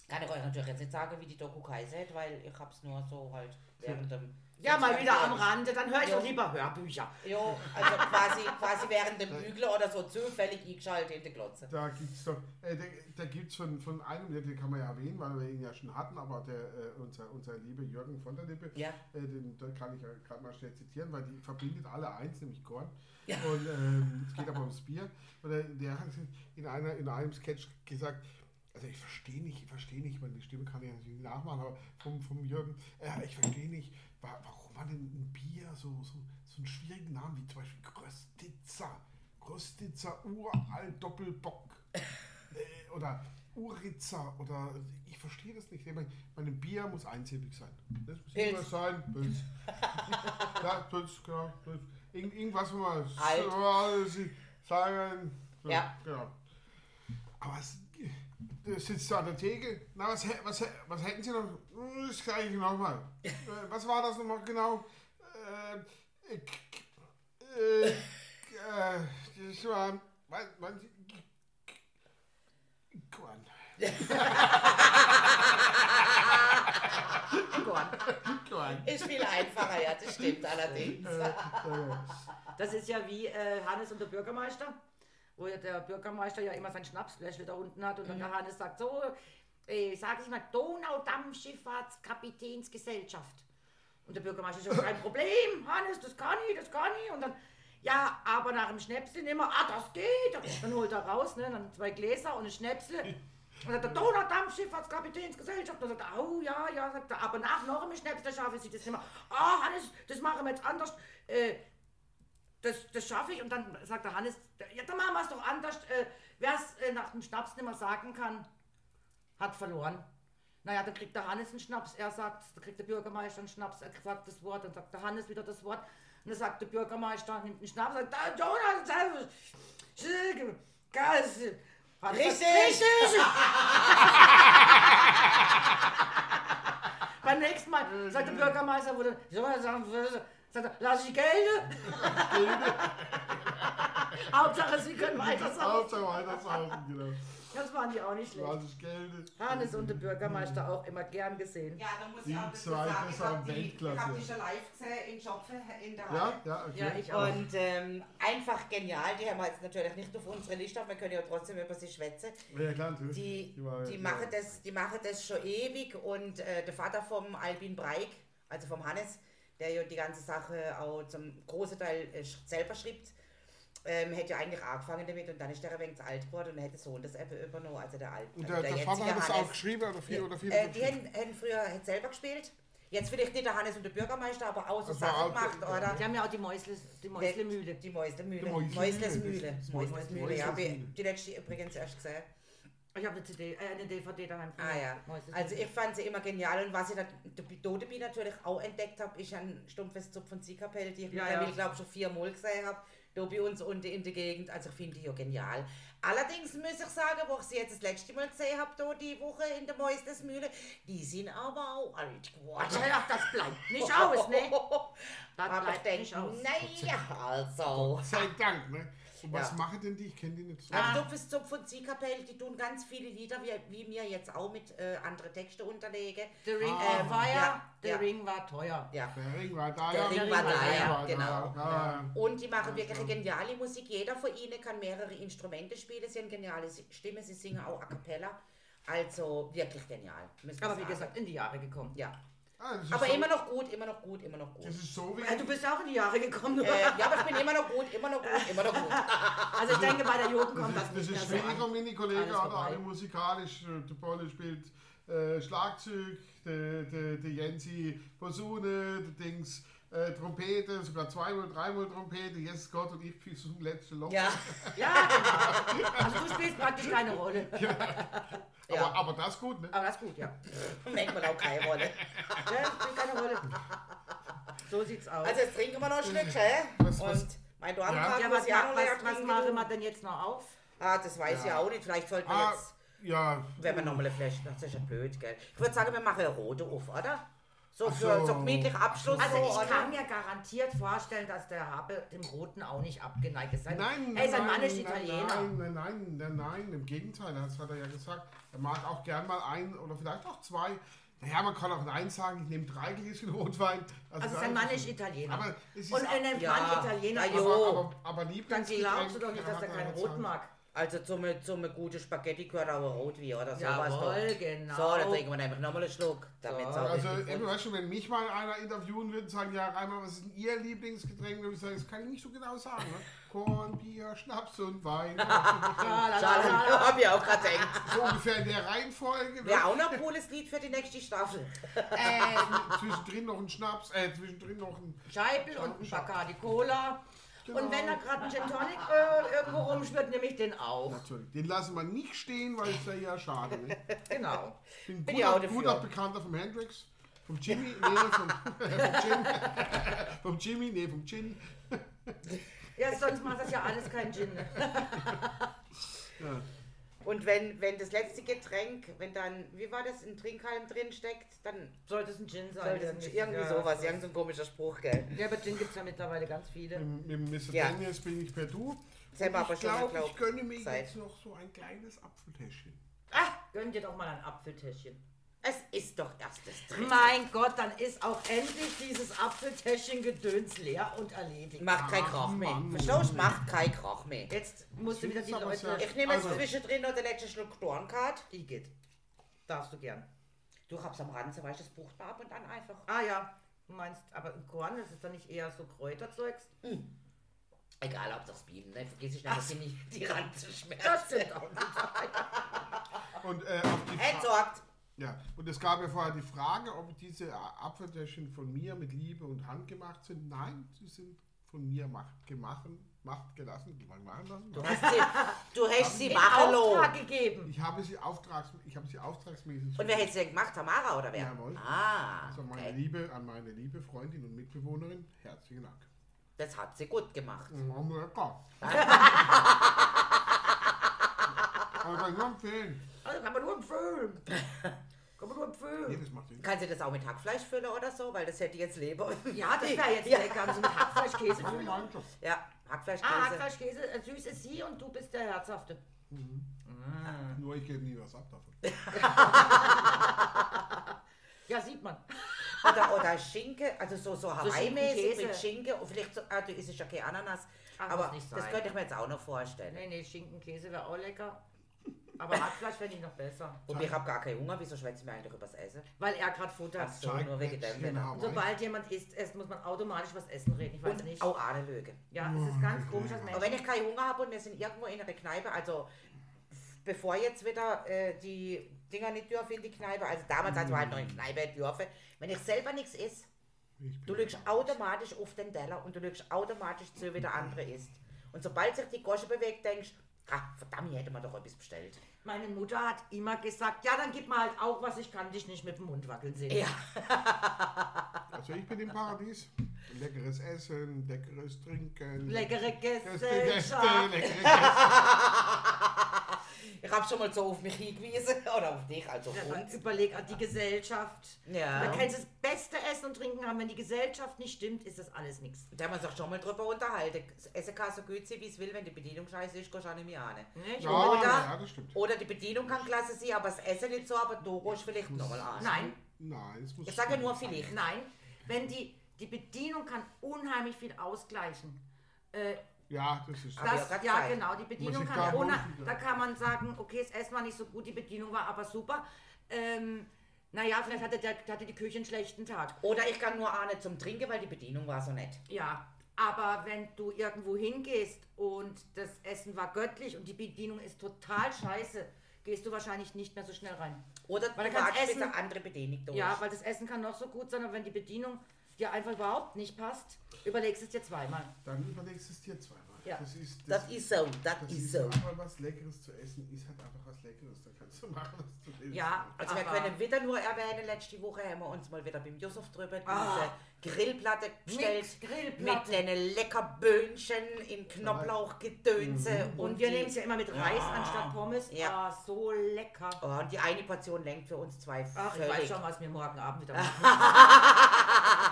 Kann ich euch natürlich jetzt nicht sagen, wie die Doku geheißen hat, weil ich hab's nur so halt während dem...
Ja, mal wieder am
Rand.
Rande, dann höre ich
Ja.
doch lieber Hörbücher.
Ja, also quasi, quasi während dem Bügler oder so zufällig eingeschaltet in die Glotze.
da gibt es doch, äh, da, da gibt's von, von einem, den kann man ja erwähnen, weil wir ihn ja schon hatten, aber der, äh, unser, unser lieber Jürgen von der Lippe,
Ja.
äh, den, den kann ich ja gerade mal schnell zitieren, weil die verbindet alle eins, nämlich Korn. Und ähm, es geht aber ums Bier. Und der, der hat in, einer, in einem Sketch gesagt, also ich verstehe nicht, ich verstehe nicht, meine Stimme kann ich ja natürlich nachmachen, aber vom, vom Jürgen, äh, ich verstehe nicht, wa warum man denn ein Bier so, so, so einen schwierigen Namen wie zum Beispiel Kröstitzer, Kröstitzer Uralt Doppelbock äh, oder Uritzer oder ich verstehe das nicht. Ich meine, mein Bier muss einsilbig sein. Das muss
Pilz.
immer sein. Pilz. ja, Pilz, genau. Pilz. Irgend, irgendwas, wo man
Alt.
so- sagen. so,
Ja.
Genau. Aber es, du sitzt da an der Theke. Na, was, hä- was, hä- was hätten Sie noch? Hm, Das kann ich nochmal. Äh, Was war das nochmal genau? Äh, äh, k- k- äh, äh, das war. Was, was, Korn.
Korn.
Korn.
Ist viel einfacher, ja, das stimmt allerdings.
Eh,
Das ist ja wie äh, Hannes und der Bürgermeister, wo ja der Bürgermeister ja immer sein Schnapsfläschchen da unten hat und dann der Hannes sagt so, äh, sag ich mal, Donaudampfschifffahrtskapitänsgesellschaft. Und der Bürgermeister so, kein Problem, Hannes, das kann ich, das kann ich. Und dann, ja, aber nach dem Schnäpsel immer, ah, das geht. Dann holt er raus, ne, dann zwei Gläser und ein Schnäpsel. Und dann sagt der Donaudampfschifffahrtskapitänsgesellschaft. Und dann sagt er, oh ja, ja, sagt er, aber nach noch einem Schnäpsel schaffe ich das nicht mehr. Ah, Hannes, das machen wir jetzt anders. Äh, das, das schaffe ich. Und dann sagt der Hannes, ja, dann machen wir es doch anders. Äh, Wer es äh, nach dem Schnaps nicht mehr sagen kann, hat verloren. Naja, dann kriegt der Hannes einen Schnaps, er sagt, dann kriegt der Bürgermeister einen Schnaps, er sagt das Wort, dann sagt der Hannes wieder das Wort. Und dann sagt der Bürgermeister, nimmt einen Schnaps, sagt, da, Donald, da, Schilke, Geist, Hannes sagt,
Richtig!
Richtig! Beim nächsten Mal sagt der Bürgermeister, wurde, soll er sagen, sagt er, lass ich Gelde. Hauptsache, sie können weiter saufen.
Hauptsache weitersaufen, genau.
Das waren die auch nicht schlecht.
Was ich Geld.
Hannes und der Bürgermeister auch immer gern gesehen.
Ja, da muss
Die
dazu
zweite
sagen,
ist am
hab die-
Weltklasse.
hab die schon live gesehen in Schopfe in der
Ja, ja, okay.
Ja, ich auch.
Und ähm, einfach genial, die haben wir jetzt natürlich nicht auf unsere Liste, aber wir können ja trotzdem über sie schwätzen.
Ja, klar, natürlich.
Die,
war-
die, machen das, die machen das schon ewig und äh, der Vater vom Albin Breik, also vom Hannes, der ja die ganze Sache auch zum großen Teil äh, sch- selber schreibt, ähm, hätte ja eigentlich angefangen damit und dann ist der ein wenig zu alt geworden und hätte so und das App übernommen, also der Alt.
Und
also
der, der Vater
jetzige
hat das
Hannes.
auch geschrieben, oder viel, oder viel.
Äh, die haben, haben früher hat selber gespielt Jetzt vielleicht nicht der Hannes und der Bürgermeister, aber außer
Also
Sachen
auch-
macht, oder?
Die haben ja auch die Mäusle, die Mäuslemühle.
Die Mäuslemühle.
Die Mäuslemühle,
Mäuslesmühle.
das ist Mäus-
Mäuslesmühle, ja. Habe ich
Mäuslesmühle.
die letzte übrigens erst gesehen.
Ich habe eine CD, äh, eine DVD daheim.
Ah ja.
Mäusle-
Also ich fand sie immer genial und was ich dann Dodebi natürlich auch entdeckt habe, ist ein stumpfes Zupf von Seekapelle, die ich
Ja,
mittlerweile,
ja.
glaube ich, schon viermal gesehen habe. Da bei uns unten in der Gegend, also ich finde die ja genial. Allerdings muss ich sagen, wo ich sie jetzt das letzte Mal gesehen habe, da die Woche in der Mäustesmühle, die sind aber auch alt geworden.
Ach, das bleibt nicht aus, ne? Das
Aber ich
bleibt nicht
denke,
aus.
naja, also.
Sei Dank, ne? Und was
Ja. Ah.
machen denn die? Ich kenne die nicht so.
Ah.
Aber Dupfes Zupf und Seekapelle, die tun ganz viele Lieder, wie, wie mir jetzt auch mit äh, andere Texte unterlege.
The Ring
Ah,
on Fire,
ja,
The
ja.
Ring war teuer.
Ja.
Der Ring war da,
Der Ring war da, ja,
Der Ring war
genau.
da, ja.
Und die machen wirklich geniale Musik. Jeder von ihnen kann mehrere Instrumente spielen. Sie haben geniale Si- Stimme, sie singen auch a cappella. Also wirklich genial. müssen wir
Aber wie
sagen.
gesagt, in die Jahre gekommen.
Ja.
Ah, das ist
Aber
so,
immer noch gut, immer noch gut, immer noch gut.
Das ist so wie.
Äh, du bist ja auch in die Jahre gekommen.
Äh, ja, aber ich bin immer noch gut, immer noch gut, immer noch gut.
Also ich denke, bei der Jugend kommt das
Das
nicht mehr
ist
so
schwierig,
an.
um meine Kollegen
Alles
oder
vorbei.
alle musikalisch. Der Polly spielt äh, Schlagzeug, der der- der Jensi Posaune, der Dings äh, Trompete, sogar zweimal, dreimal Trompete. Yes, Gott und ich bis zum letzten Loch.
Ja,
Ja, genau. Also du spielst praktisch keine Rolle.
aber,
ja.
aber das ist gut, ne?
Aber das ist gut, ja.
merkt man auch keine Rolle.
Ja, ich spiele keine Rolle. So sieht's aus.
Also jetzt trinken wir noch ein Stück, hä?
Was- was-
Und mein Dorn
Ja.
ja.
ja, was, ma- was, was machen wir denn jetzt noch auf?
Ah, das weiß ich
Ja.
auch nicht. Vielleicht sollten wir
Ah,
jetzt,
ja.
wenn wir nochmal eine Flasche, das ist ja blöd, gell. Ich würde sagen, wir machen eine rote auf, oder? So
Ach
für
so.
so gemütlich Abschluss.
Also
so,
ich
oder?
kann mir garantiert vorstellen, dass der Habe dem Roten auch nicht abgeneigt ist. Sein-
Nein,
Ey, sein
nein,
Mann ist
nein,
Italiener.
Nein, nein, nein, nein, nein, im Gegenteil, das hat er ja gesagt. Er mag auch gern mal ein oder vielleicht auch zwei. Naja, man kann auch nein sagen, ich nehme drei Gläschen Rotwein.
Also
da
sein Mann ist
schon-
Italiener.
Aber es ist
Und wenn ein
Ja.
Mann Italiener
Ja,
ist,
jo.
aber, aber, aber
dann
Lieblingsgetränk
glaubst du doch nicht, dass
hat
er keinen
gesagt.
Rot mag.
Also zum, zum guten Spaghetti gehört aber Rotwein oder sowas.
Jawohl,
doch.
genau.
So, dann trinken wir nämlich nochmal einen Schluck. Damit
So.
so.
Also,
richtig
eben,
gut-
weißt du, wenn mich mal einer interviewen würde und sagen, ja, Reimer, was ist denn Ihr Lieblingsgetränk? Dann würde ich sagen, das kann ich nicht so genau sagen. Ne? Korn, Bier, Schnaps und Wein.
Ah,
Schade, hab ich auch gerade gedacht.
so ungefähr in der Reihenfolge. Ne?
Wäre auch noch ein cooles Lied für die nächste Staffel.
Ähm, zwischendrin noch ein Schnaps, äh, zwischendrin noch ein
Scheibel und ein Bacardi Cola. Und
Genau.
wenn da gerade ein Gin Tonic äh, irgendwo rumschwirrt, nehme ich den auch.
Natürlich. Den lassen wir nicht stehen, weil es wäre ja schade. Ne?
Genau.
Ich bin
Bin ich auch
guter,
dafür.
guter Bekannter vom Hendrix, vom Jimmy, nee, vom, vom, Jim, vom Jimmy, nee, vom Gin.
Ja, sonst macht das ja alles keinen Gin.
Ja.
Und wenn, wenn das letzte Getränk, wenn dann, wie war das, ein Trinkhalm drin steckt, dann
Sollte es ein Gin sein.
sollte es irgendwie
ja,
sowas,
so.
irgend so ein komischer Spruch, gell?
Ja, bei Gin gibt es ja mittlerweile ganz viele.
Mit, mit Mr.
Ja.
Daniels bin ich per Du.
Das haben wir aber
ich
schon mal
glaube, ich
glaubt.
gönne mir
Zeit.
jetzt noch so ein kleines Apfeltäschchen.
Ah, gönn dir doch mal ein Apfeltäschchen.
Es ist doch das, das Trinken.
Mein Gott, dann ist auch endlich dieses Apfeltäschchen gedöns leer und erledigt.
Macht kein
Ach,
Krach mehr.
Mann.
Verstehst du? Macht kein Krach mehr.
Jetzt musst du wieder
find's
die
aber
Leute...
sehr-
Ich nehme jetzt
Also.
zwischendrin noch den letzten Schluck Dornkart.
Igitt. Darfst du gern.
Du hab's am Rand, so weißt du, das bucht man ab und an einfach.
Ah ja, du meinst, aber im Korn ist es dann nicht eher so Kräuterzeugs?
Egal, ob das Bienen, dann vergiss ich nachher die, die Rand zu schmerzen.
Das stimmt auch nicht.
Und, äh, auf die Fra-
Entsorgt.
ja. und es gab ja vorher die Frage, ob diese Apfeltäschchen von mir mit Liebe und Hand gemacht sind. Nein, sie sind von mir macht, gemacht, macht gelassen, gemacht, machen lassen.
Du hast sie, du hast sie
In
machen
Auftrag
lassen.
gegeben.
Ich habe sie, auftrags, ich habe sie auftragsmäßig.
Und wer hätte sie gemacht? Tamara oder wer?
Jawohl.
Ah,
also meine
okay.
Liebe, an meine liebe Freundin und Mitbewohnerin, herzlichen Dank.
das hat sie gut gemacht.
Mhm, lecker. Aber kann ich nur empfehlen.
Also kann man nur empfehlen. Kann man nur
Nee,
empfehlen.
das macht Sinn.
Kannst du das auch mit Hackfleisch füllen oder so? Weil das hätte ich jetzt Leber.
Ja, das wäre jetzt lecker. So ein Hackfleischkäse.
Oh mein Gott.
Ja, Hackfleischkäse.
Ah, Hackfleischkäse, äh, süß ist sie und du bist der Herzhafte.
Nur ich gebe nie was ab davon.
Ja, sieht man.
oder, oder Schinken, also so, so Hawaii-mäßig
Schinkenkäse.
mit Schinken. Und vielleicht so, ah, du isst ja kein Ananas.
Ach, muss
aber
nicht
das
sein.
könnte ich mir jetzt auch noch vorstellen.
Nee, nee, Schinkenkäse wäre auch lecker. Aber Hackfleisch fände ich noch besser.
Und ich habe gar keinen Hunger. Wieso schwätzen wir eigentlich übers Essen?
Weil er gerade futtert.
So, nur wegen dem
Zeigplätzchen
Wetter.
Hawaii.
Und sobald jemand isst, es muss man automatisch was essen reden. Ich weiß
Und
nicht.
auch eine Lüge.
Ja, es ist ganz komisch, dass
Aber
Menschen.
wenn ich keinen Hunger habe und wir sind irgendwo in einer Kneipe, also bevor jetzt wieder äh, die Dinger nicht dürfen in die Kneipe, also damals, als wir halt noch in die Kneipe dürfen, wenn ich selber nichts esse,
Ich
du
bin-
lügst automatisch auf den Teller und du lügst automatisch zu, wie der andere isst. Und sobald sich die Gosche bewegt, denkst du, ah, verdammt, hier hätte man doch etwas bestellt.
Meine Mutter hat immer gesagt, ja, dann gib mir halt auch was, ich kann dich nicht mit dem Mund wackeln sehen.
Ja.
Also ich bin im Paradies. Leckeres Essen, leckeres Trinken.
Leckere
Gäste, Gäste,
Gesellschaft.
leckere Gäste.
Ich hab schon mal so auf mich hingewiesen, oder auf dich, also auf
Ja,
uns.
Überleg an die Gesellschaft.
Ja.
Man kann das beste Essen und Trinken haben, wenn die Gesellschaft nicht stimmt, ist das alles nichts.
Da haben wir uns doch schon mal drüber unterhalten. Das Essen kann so gut sein, wie es will, wenn die Bedienung scheiße ist, gehst du auch nicht mehr an.
Ne?
Ja,
Oder-
ja, das stimmt.
Oder die Bedienung kann klasse sein, aber das Essen nicht so, aber du gehst vielleicht nochmal an.
Nein,
Nein, es muss.
Ich sage ja nur vielleicht.
nein. Wenn die, die Bedienung kann unheimlich viel ausgleichen. Äh,
Ja, das ist.
Hab ich ja
das,
grad
ja,
gesagt.
genau, die Bedienung
ich
kann
da
ohne,
rufen?
da kann man sagen, okay, das Essen war nicht so gut, die Bedienung war aber super. Ähm, naja, vielleicht hatte, der, hatte die Küche einen schlechten Tag.
Oder ich kann nur ahnen zum Trinken, weil die Bedienung war so nett.
Ja, aber wenn du irgendwo hingehst und das Essen war göttlich und die Bedienung ist total scheiße, gehst du wahrscheinlich nicht mehr so schnell rein.
Oder
Weil
weil
du
du
kannst
magst
essen.
eine andere Bedienung durch.
Ja, weil das Essen kann noch so gut sein, aber wenn die Bedienung dir einfach überhaupt nicht passt, überlegst es dir zweimal.
Dann überlegst du es dir zweimal.
Ja.
Das ist.
das ist so, das,
das
ist
ist
so.
Aber was Leckeres zu essen ist halt einfach was Leckeres. Da kannst du machen, was du willst.
Ja,
Also wir
aber-
können wieder nur erwähnen, letzte Woche haben wir uns mal wieder beim Yusuf drüber diese
Ah.
Grillplatte bestellt.
Mit Grillplatte.
Mit den lecker Böhnchen in Knoblauchgedönse.
Mhm. Und wir nehmen es ja immer mit Reis anstatt Pommes.
Ja.
Ah, so lecker.
Oh, und die eine Portion lenkt für uns zwei
Ach, ich weiß
völlig.
schon, was wir morgen Abend wieder machen.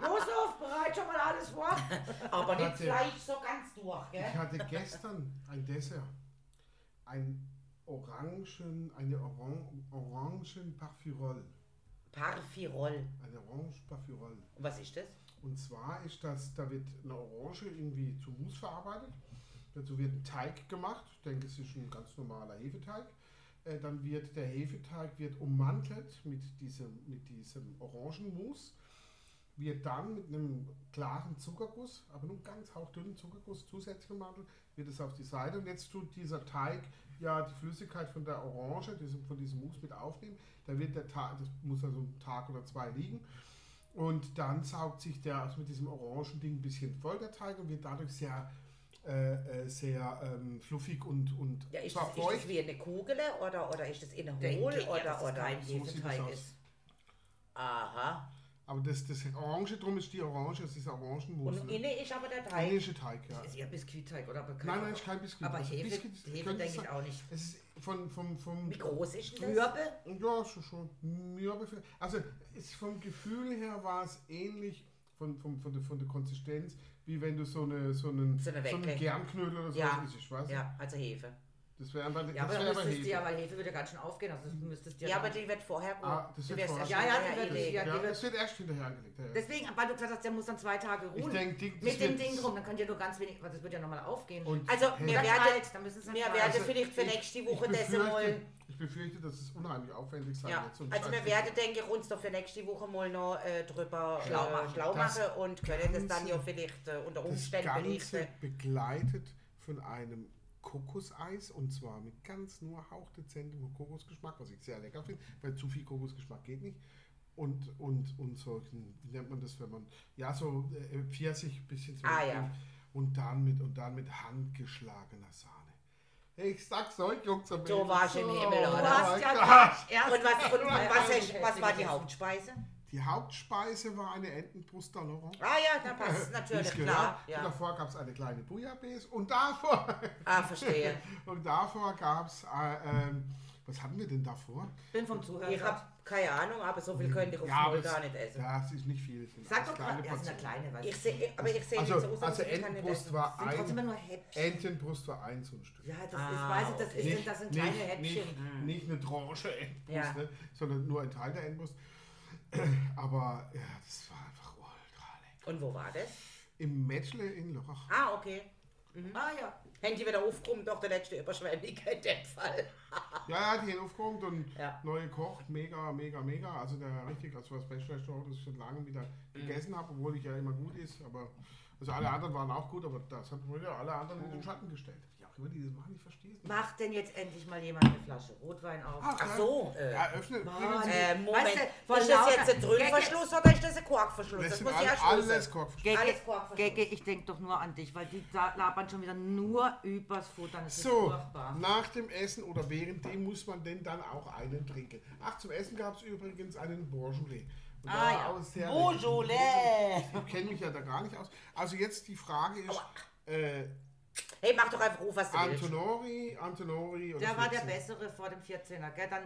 Josef, bereit schon mal alles vor?
Aber nicht
Warte.
Fleisch so ganz durch, gell?
Ich hatte gestern ein Dessert. Ein Orangen, eine Oran Orangen Parfirol.
Parfirol.
Eine Orange Parfirol.
Und was ist das?
Und zwar ist das, da wird eine Orange irgendwie zu Mousse verarbeitet. Dazu wird ein Teig gemacht. Ich denke, es ist ein ganz normaler Hefeteig. Äh, Dann wird der Hefeteig wird ummantelt mit diesem, mit diesem Orangenmus. Wird dann mit einem klaren Zuckerguss, aber nur ganz hauchdünnen Zuckerguss zusätzlich ummantelt, wird es auf die Seite. Und jetzt tut dieser Teig ja die Flüssigkeit von der Orange, diesem, von diesem Mousse mit aufnehmen. Da wird der Teig, das muss also einen Tag oder zwei liegen. Und dann saugt sich der also mit diesem orangen Ding ein bisschen voll, der Teig, und wird dadurch sehr, äh, äh, sehr ähm, fluffig und, und
Ja, ist,
zwar
das, ist das wie eine Kugel oder, oder ist das in einem
Denke
Hohl
ich,
oder,
dass es
oder?
kein
Also So sieht
Hefeteig
es aus.
ist.
Aha.
Aber das, das Orange drum ist die Orange, das ist Orangenmus.
Und
Ne?
innen ist aber der Teig.
Italienische Teig, ja.
Ist eher Biskuitteig oder bekannt?
Nein, nein, ist kein Biskuit.
Aber
Also
Hefe,
Biskuit
Hefe
könnte
denke
sein.
ich auch nicht.
Es ist von, vom, vom,
Wie groß ist denn das?
Mürbe?
ja, schon, schon, ja, ungefähr. also ist vom Gefühl her war es ähnlich von, von, von, der, von der Konsistenz, wie wenn du so, eine, so einen,
So eine Wecke.
einen Germknödel oder so
Ja.
isst, weißt du?
Ja, also Hefe.
Das wäre aber,
Ja,
das
aber
wär
dann
aber
müsstest du
Hefe.
ja, weil Hefe würde ganz schön aufgehen. Also du müsstest ja,
Ja, aber
dann-
die wird vorher gut.
Ah, das
Die
wird
wird eh
vorher-
erst
Ja, ja,
hinterher
die wird-
einlegen.
ja,
Ja,
die wird-
das wird erst hinterher angelegt. Ja, ja.
Deswegen, weil du gesagt hast, der muss dann zwei Tage ruhen.
Ich denk, die- das
Mit dem
wird-
Ding drum, dann könnt ihr nur ganz wenig, weil das wird ja nochmal aufgehen.
Und-
Also,
Hey.
wir
Dann
werden,
kalt, dann müssen sie
wir
dann
werden
kalt.
Also vielleicht für nächste Woche das
Also befürchte-
mal.
Ich befürchte, dass es unheimlich aufwendig sein
Ja,
wird. so ein
also wir
Scheiß-
werden, denke ich, uns doch für nächste Woche mal noch äh, drüber
Schlau
äh,
machen.
schlau
Das
machen und können das dann
Ganze-
ja vielleicht äh, unter
das
Umständen
Ganze
berichten.
begleitet von einem Kokoseis und zwar mit ganz nur hauchdezentem Kokosgeschmack, was ich sehr lecker finde, weil zu viel Kokosgeschmack geht nicht. Und, und, und solchen, wie nennt man das, wenn man, ja, so äh, Pfirsich, bisschen so.
Ah, ja.
Und dann mit, und dann mit handgeschlagener Sahne. Ich sag's euch, Jungs. am
So
Ende.
war's im Himmel, oder?
Du
Oh
hast
mein
ja
Gott.
gar
Und was,
erst.
und, und was,
Erst-
ist, was war die Hauptspeise?
Die Hauptspeise war eine Entenbrust à l'orange.
Ah ja, da passt es natürlich,
Ist
klar.
gehört. Und
Ja.
davor gab es eine kleine Bouillabaisse und davor,
Ah, verstehe.
und davor gab es, äh, ähm, was hatten wir denn davor?
bin vom Zuhören.
Ich habe keine Ahnung, aber so viel könnte ich auf
Hm. Ja,
ja,
aber
Mal
es-
gar nicht essen.
Ja, es ist nicht viel. Es sind
Sag
alles
doch mal, erst eine
Portionen.
kleine, weißt
Ich seh, aber ich sehe
Also,
nicht so aus, als
also
ich kann nicht
Entenbrust
essen.
war
sind trotzdem immer
ein,
nur Häppchen.
Entenbrust war ein so ein Stück.
Ja, das
Ah,
ist, weiß ich, das ist,
Nicht-
das sind kleine
nicht,
Häppchen.
Nicht, nicht eine Tranche Endbrust,
Ja.
ne? sondern nur ein Teil der Endbrust. Aber ja, das war einfach ultra lecker.
Und wo war das?
Im Metzle in Lörrach.
Ah, okay.
Hm?
Ah ja.
Handy wieder aufgekommen, doch der letzte Überschwemmung in dem Fall.
Ja, ja, die aufgeräumt und
Ja.
neue Koch, mega, mega, mega. Also der richtig, also das beste Restaurant, das ich schon lange wieder gegessen habe, obwohl
Mhm.
ich ja immer gut ist. Aber also alle anderen waren auch gut, aber das hat mir ja alle anderen in den Schatten gestellt.
Ja,
auch immer die das machen, ich verstehe es nicht.
Macht denn jetzt endlich mal jemand eine Flasche Rotwein auf?
Ach,
Ach so. Äh,
Ja, öffne.
Mann,
öffne-
äh, Moment.
Weißt du,
ist
vor
das jetzt ein
lauter-
Dröhnverschluss oder ist das ein Korkverschluss?
das
Das,
sind
muss ich
alle,
erschließen.
alles Korkverschluss.
Gegge,
Alles Korkverschluss.
Gegge, ich denke doch nur an dich, weil die da labern schon wieder nur übers Futter. Das ist
So,
furchtbar.
nach dem Essen oder währenddem muss man denn dann auch einen trinken. Ach, zum Essen gab es übrigens einen Bourgeois. Und da
Ah,
war
ja.
auch sehr
Beaujolais.
Ich kenne mich ja da gar nicht aus. Also jetzt die Frage ist, äh,
Hey, mach doch einfach auf, was du willst.
Antonori, Antonori oder
Der war der
Fritzen?
Bessere vor dem 14er, gell? Dann,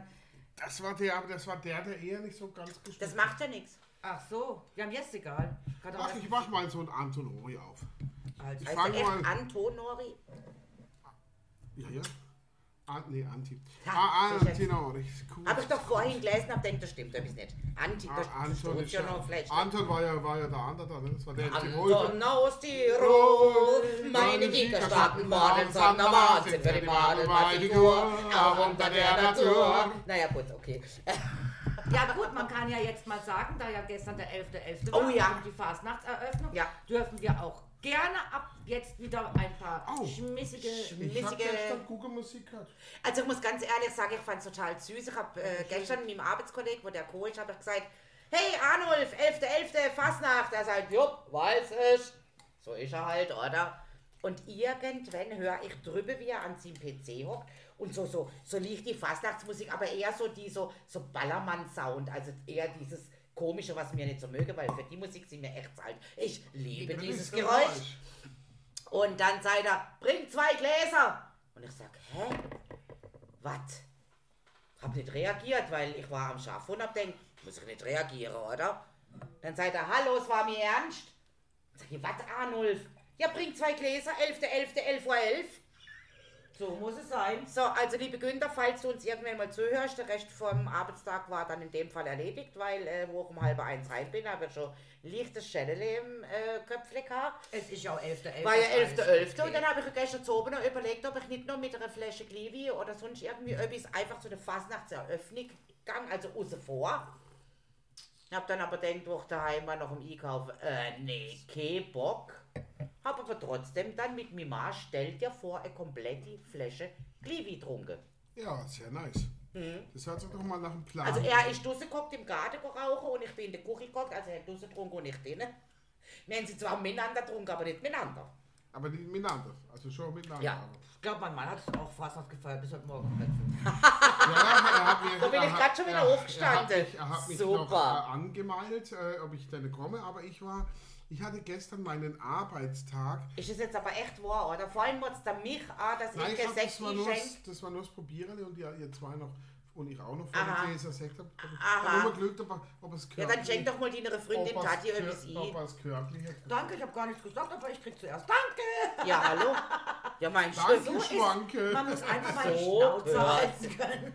Das war der, aber das war der, der eher nicht so ganz gespielt
Das macht ja nichts.
ach so, ja, mir ist egal. Kann doch
Ach,
alles-
ich mach mal so einen Antonori auf.
Also,
Ich
Also
frage
echt
mal.
Antonori.
Ja, ja. An, nee, Anti.
Ha,
Ah,
sicher.
Antinori. ist Cool.
Habe ich doch vorhin gelesen, hab gedacht, das stimmt ja bis nicht. Anti,
Ah,
das
Anton,
stimmt
ist
ja
ja,
noch vielleicht.
Anton war ja, war ja der andere da, ne? das war der Tiroler.
ne? Anton aus Tirol, meine Kickerstaaten waren Sonderwart, sind für die Baden, Figur, auch unter der Natur. Naja, gut, okay.
Ja gut, man kann ja jetzt mal sagen, da ja gestern der 11.11.
Oh
war
ja.
und die Fastnachtseröffnung,
Ja.
dürfen wir auch gerne ab jetzt wieder ein paar
Au.
schmissige...
Ich hab
Mäßige-
gestern gute Musik gehört.
Also ich muss ganz ehrlich sagen, ich fand es total süß. Ich habe äh, gestern mit meinem Arbeitskollegen, wo der Co. ist, habe ich gesagt, hey Arnulf, 11.11. Fastnacht. Er sagt, jupp, weiß ich. So ist er halt, oder? Und irgendwann höre ich drüber, wie er an seinem PC hockt. Und so, so, so liegt die Fastnachtsmusik, aber eher so die so, so Ballermann-Sound. Also eher dieses Komische, was mir nicht so möge, weil für die Musik sind wir echt zu alt. Ich liebe dieses Geräusch. Und dann sagt er, bring zwei Gläser. Und ich sag, hä? Was? Hab nicht reagiert, weil ich war am Schaf und hab denkt, muss ich nicht reagieren, oder? Dann sagt er, hallo, es war mir ernst. Sag ich, was, Arnulf? Ja, bring zwei Gläser, 11.11.11 Uhr 11.
So muss es sein.
So, also liebe Günther, falls du uns irgendwann mal zuhörst, der Rest vom Arbeitstag war dann in dem Fall erledigt, weil äh, wo ich um halb eins rein bin, habe ich schon lichtes Schädel im äh, Köpfle gehabt.
Es ist ja auch 11.11.
War ja
ist
11.11.
alles
Und dann habe ich gestern zu oben noch überlegt, ob ich nicht noch mit einer Flasche Glühwein oder sonst irgendwie etwas einfach zu der Fasnachtseröffnung gegangen, also außen vor. Ich habe dann aber gedacht, wo ich daheim war, noch im Einkauf, äh, nee, kein Bock. Habe aber trotzdem dann mit Mima stellt ja vor, eine komplette Flasche Glühwein getrunken.
Ja, sehr nice. Das hört sich doch mal nach einem Plan.
Mhm. Also er ist draußen geguckt im Garten gerauchen und ich bin in der Küche geguckt, also er hat draußen getrunken und ich drinnen. Wir haben sie zwar miteinander getrunken, aber nicht miteinander.
aber nicht miteinander. Also schon miteinander.
Ja.
aber-
Ich glaube, mein Mann hat auch Fastnacht gefeiert bis heute Morgen. um 6 Uhr.
Ja, er hat mir-
Da bin ich
er hat-
grad schon wieder
er-
aufgestanden.
Er hat mich, er hat mich
Super.
noch äh, angemeilt, äh, ob ich denn komme, aber ich war, ich hatte gestern meinen Arbeitstag.
Ist es jetzt aber echt wahr, oder? Vor allem motzt er mich an, dass
Nein,
ich
ich hab,
gesagt
das, war nur,
schenke.
das- das war nur das Probieren und ihr, ihr zwei noch und ich auch noch vor
Aha.
dem Gläser Sekt habe.
Aha.
Ich habe Glück, ob, ob es
Ja, dann schenk doch mal deiner Freundin
ob er's
Tati
kör-
etwas
Ob
ein.
es körperlich
Danke, ich habe gar nichts gesagt, aber ich krieg zuerst. Danke!
Ja, hallo? Ja, mein
Danke,
Schiff.
Schwanke.
Man muss einfach mal die
So
Schnauze
gehört.
halten können.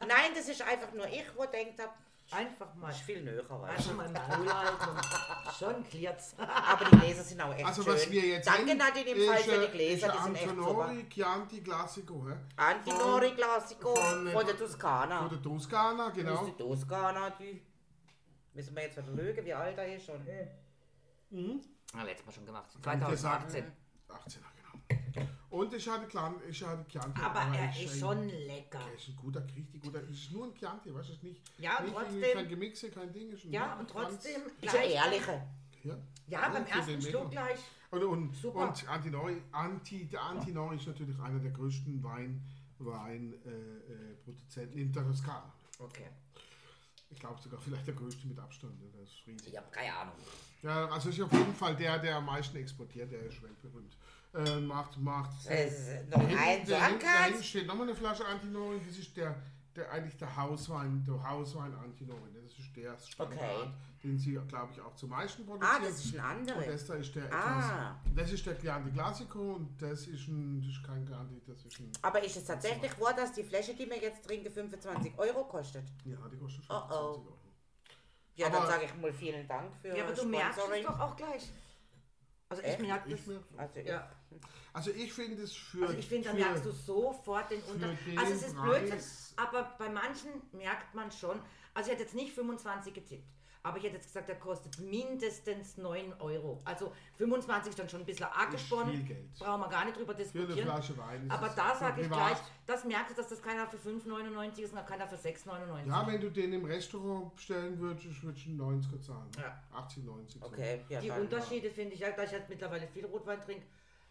Nein, das ist einfach nur ich, wo denkt hab,
Einfach mal.
ist viel näher, weißt
Einfach mal Maul halten. Schon klärt's.
du. Aber die Gläser sind auch echt
Also
schön.
was wir jetzt
Danke,
sehen,
Nadine, im Fall
ist,
für
äh,
die Gläser,
ist
die sind echt super.
Antonori Chianti Classico, hä?
Antinori Classico
von-
von der Toskana.
Von der Toskana,
Das ist
genau.
die Toskana, die... Müssen wir jetzt verlügen, wie alt er ist und... Hm?
Ah, letztes Mal schon gemacht.
Danke,
2018.
sagen. 18, genau. Und ich hatte, Clan, ich hatte Chianti.
Aber er
ich-
ist schon lecker.
Er ist ein guter, richtig guter. Es ist nur ein Chianti, weißt du, es ist nicht.
Ja, und
nicht irgendwie
trotzdem-
Kein Gemixe, kein Ding. Ist ein
Ja, und
ganz-
trotzdem.
Ist ja
gleich-
ehrlicher.
Ja,
Ja, beim
ich find
ersten
den
Schluck
mega.
gleich.
Und, und,
Super.
und Antinori, Anti, der Antinori ist natürlich einer der größten Wein, Wein, äh, äh, Produzenten in der Toskana.
Okay.
Ich glaube sogar vielleicht der größte mit Abstand. ne? Das ist riesig.
Ich hab keine Ahnung.
Ja, also ist auf jeden Fall der, der am meisten exportiert, der ist weltberühmt. Äh, macht, macht.
Es ist äh, noch ein
Äh, da hinten, da hinten
Sankatz.
steht nochmal eine Flasche Antinori. Das ist der, der eigentlich der Hauswein, der Hauswein Antinori. Das ist der Standard,
Okay.
den sie, glaube ich, auch zum meisten produzieren.
Ah, das ist ein
und
anderes.
das da ist der
Ah.
etwas, das ist der Chianti Classico und das ist ein, das ist kein Chianti, das ist ein,
Aber ist es tatsächlich wahr, dass die Flasche, die wir jetzt trinken, 25 Euro kostet?
ja, die kostet 25
Oh, oh.
Euro.
Ja,
Aber-
dann sage ich mal vielen Dank für
Ja, aber du merkst es
Sponsoring.
doch auch gleich. Also ich
Echt?
merke das.
Ich mir,
Also,
Ja.
also ich finde es für,
Also ich finde, da
für
merkst du sofort den
den
Unterschied. Also es ist Blödsinn,
Preis-
aber bei manchen merkt man schon. Also ich hätte jetzt nicht 25 getippt. Aber ich hätte jetzt gesagt, der kostet mindestens 9 Euro. Also 25 ist dann schon ein bisschen arg
Ist viel
gesponnen.
Geld.
Brauchen wir gar nicht drüber
Für eine
diskutieren.
Flasche Wein. ist
Aber
es
da
für
sage ich
privat.
gleich, das merkst du, dass das keiner für 5,99 ist und auch keiner für 6,99.
Ja, wenn du den im Restaurant bestellen würdest, würdest du einen 90er zahlen.
Ja.
80, 90.
Okay, ja,
die
dann,
Unterschiede finde ich, ja, da ich jetzt mittlerweile viel Rotwein trinke,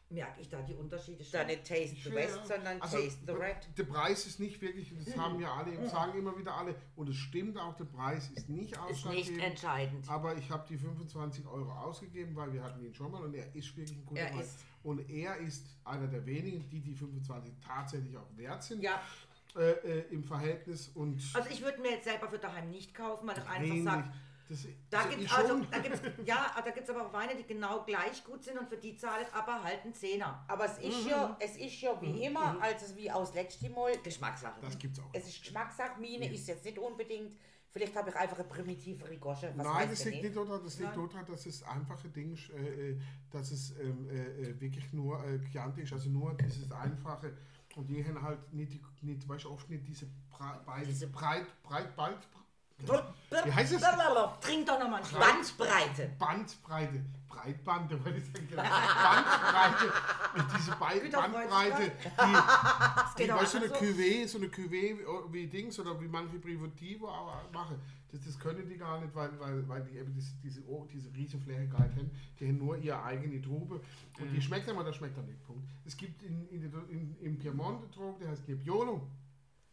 merke ich da die Unterschiede schon.
dann nicht Taste
So.
the West, sondern
Also,
Taste the Red.
Der Preis ist nicht wirklich, das haben ja alle, sagen immer wieder alle, und es stimmt auch, der Preis
ist
ist nicht
nicht
ausschlaggebend.
entscheidend.
aber ich habe die 25 Euro ausgegeben, weil wir hatten ihn schon mal und er ist wirklich ein guter
Er
Wein.
ist-
Und er ist einer der wenigen, die die 25 tatsächlich auch wert sind
Ja,
äh, äh, im Verhältnis. Und
also ich würde mir jetzt selber für daheim nicht kaufen, weil ich
wenig-
einfach sage,
das,
da
also
gibt
ich
es also,
schon.
da gibt's, ja, da gibt's aber auch Weine, die genau gleich gut sind und für die zahle ich aber halt einen Zehner.
Aber es
Mhm.
ist ja, es ist ja wie immer, also wie aus letztem Mal,
Geschmackssache.
das gibt's auch.
es ist Geschmackssache, Mine ist jetzt nicht unbedingt, vielleicht habe ich einfach eine primitive Rigosche, was
Nein,
weiß
das
ich
liegt nicht daran, das liegt
Nein.
daran, dass es einfache Ding, ist, äh, äh, dass es ähm, äh, äh, wirklich nur äh, Chianti ist, also nur dieses einfache und die haben halt nicht, die, nicht weißt du, oft nicht diese Bra- Breit, Breit, Breit, Breit, Wie heißt es?
Trink doch nochmal einen Schluck.
Bandbreite.
Bandbreite, Breitbande, wollte ich sagen, genau. Bandbreite, und diese Be Bandbreite, die,
Das geht
die
auch
weißt du, eine
anders so.
Cuvée, so eine Cuvée oh, wie, wie Dings oder wie manche Privativo auch machen, das, das können die gar nicht, weil, weil, weil die eben diese, diese, oh, diese riesen Fläche gar nicht haben, die haben nur ihre eigene Trube und die schmeckt aber, das schmeckt dann nicht, Punkt. Es gibt in, in, der- in, im Piemont eine Trube, die heißt Nebbiolo,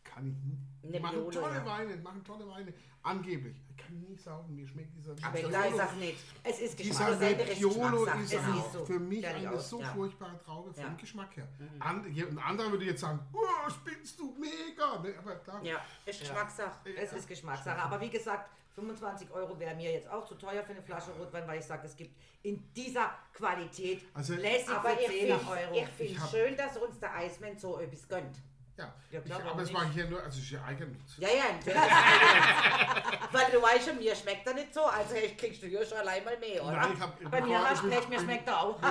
kann ich nicht. Die machen
Nebbiolo,
tolle
ja.
Weine, machen tolle Weine, angeblich. Kann ich nicht saugen, mir schmeckt dieser
Aber
dieser
gleich
Nebbiolo
sag nicht.
Es ist
dieser
Geschmackssache.
Nebbiolo
Geschmackssache.
ist,
Es
auch
ist so.
für mich
Fertig
eine
aus,
so
ja.
furchtbare Traube vom
Ja. Mhm.
Geschmack her. And, je- ein anderer würde jetzt sagen, oh, spinnst du mega. Ne, aber klar,
Ja, ist Geschmackssache.
Es ist Geschmackssache. Aber wie gesagt, 25 Euro wäre mir jetzt auch zu teuer für eine Flasche Rotwein, weil ich sage, es gibt in dieser Qualität
Also-
lässig
Aber
für
ich
10
finde
Euro.
ich find
Ich hab-
schön, dass uns der Eismann so etwas gönnt.
ja.
Ja,
ich,
klar,
aber
warum
es war
nicht?
hier nur, also es ist ja Eigennutz.
Ja, ja, natürlich. Weil du weißt ja, mir schmeckt er nicht so, also hey, kriegst du ja schon allein mal mehr, oder?
Nein, ich hab,
Bei mir
war-
hast
ich
du
bin-
Pech, mir
bin-
schmeckt er auch.
bin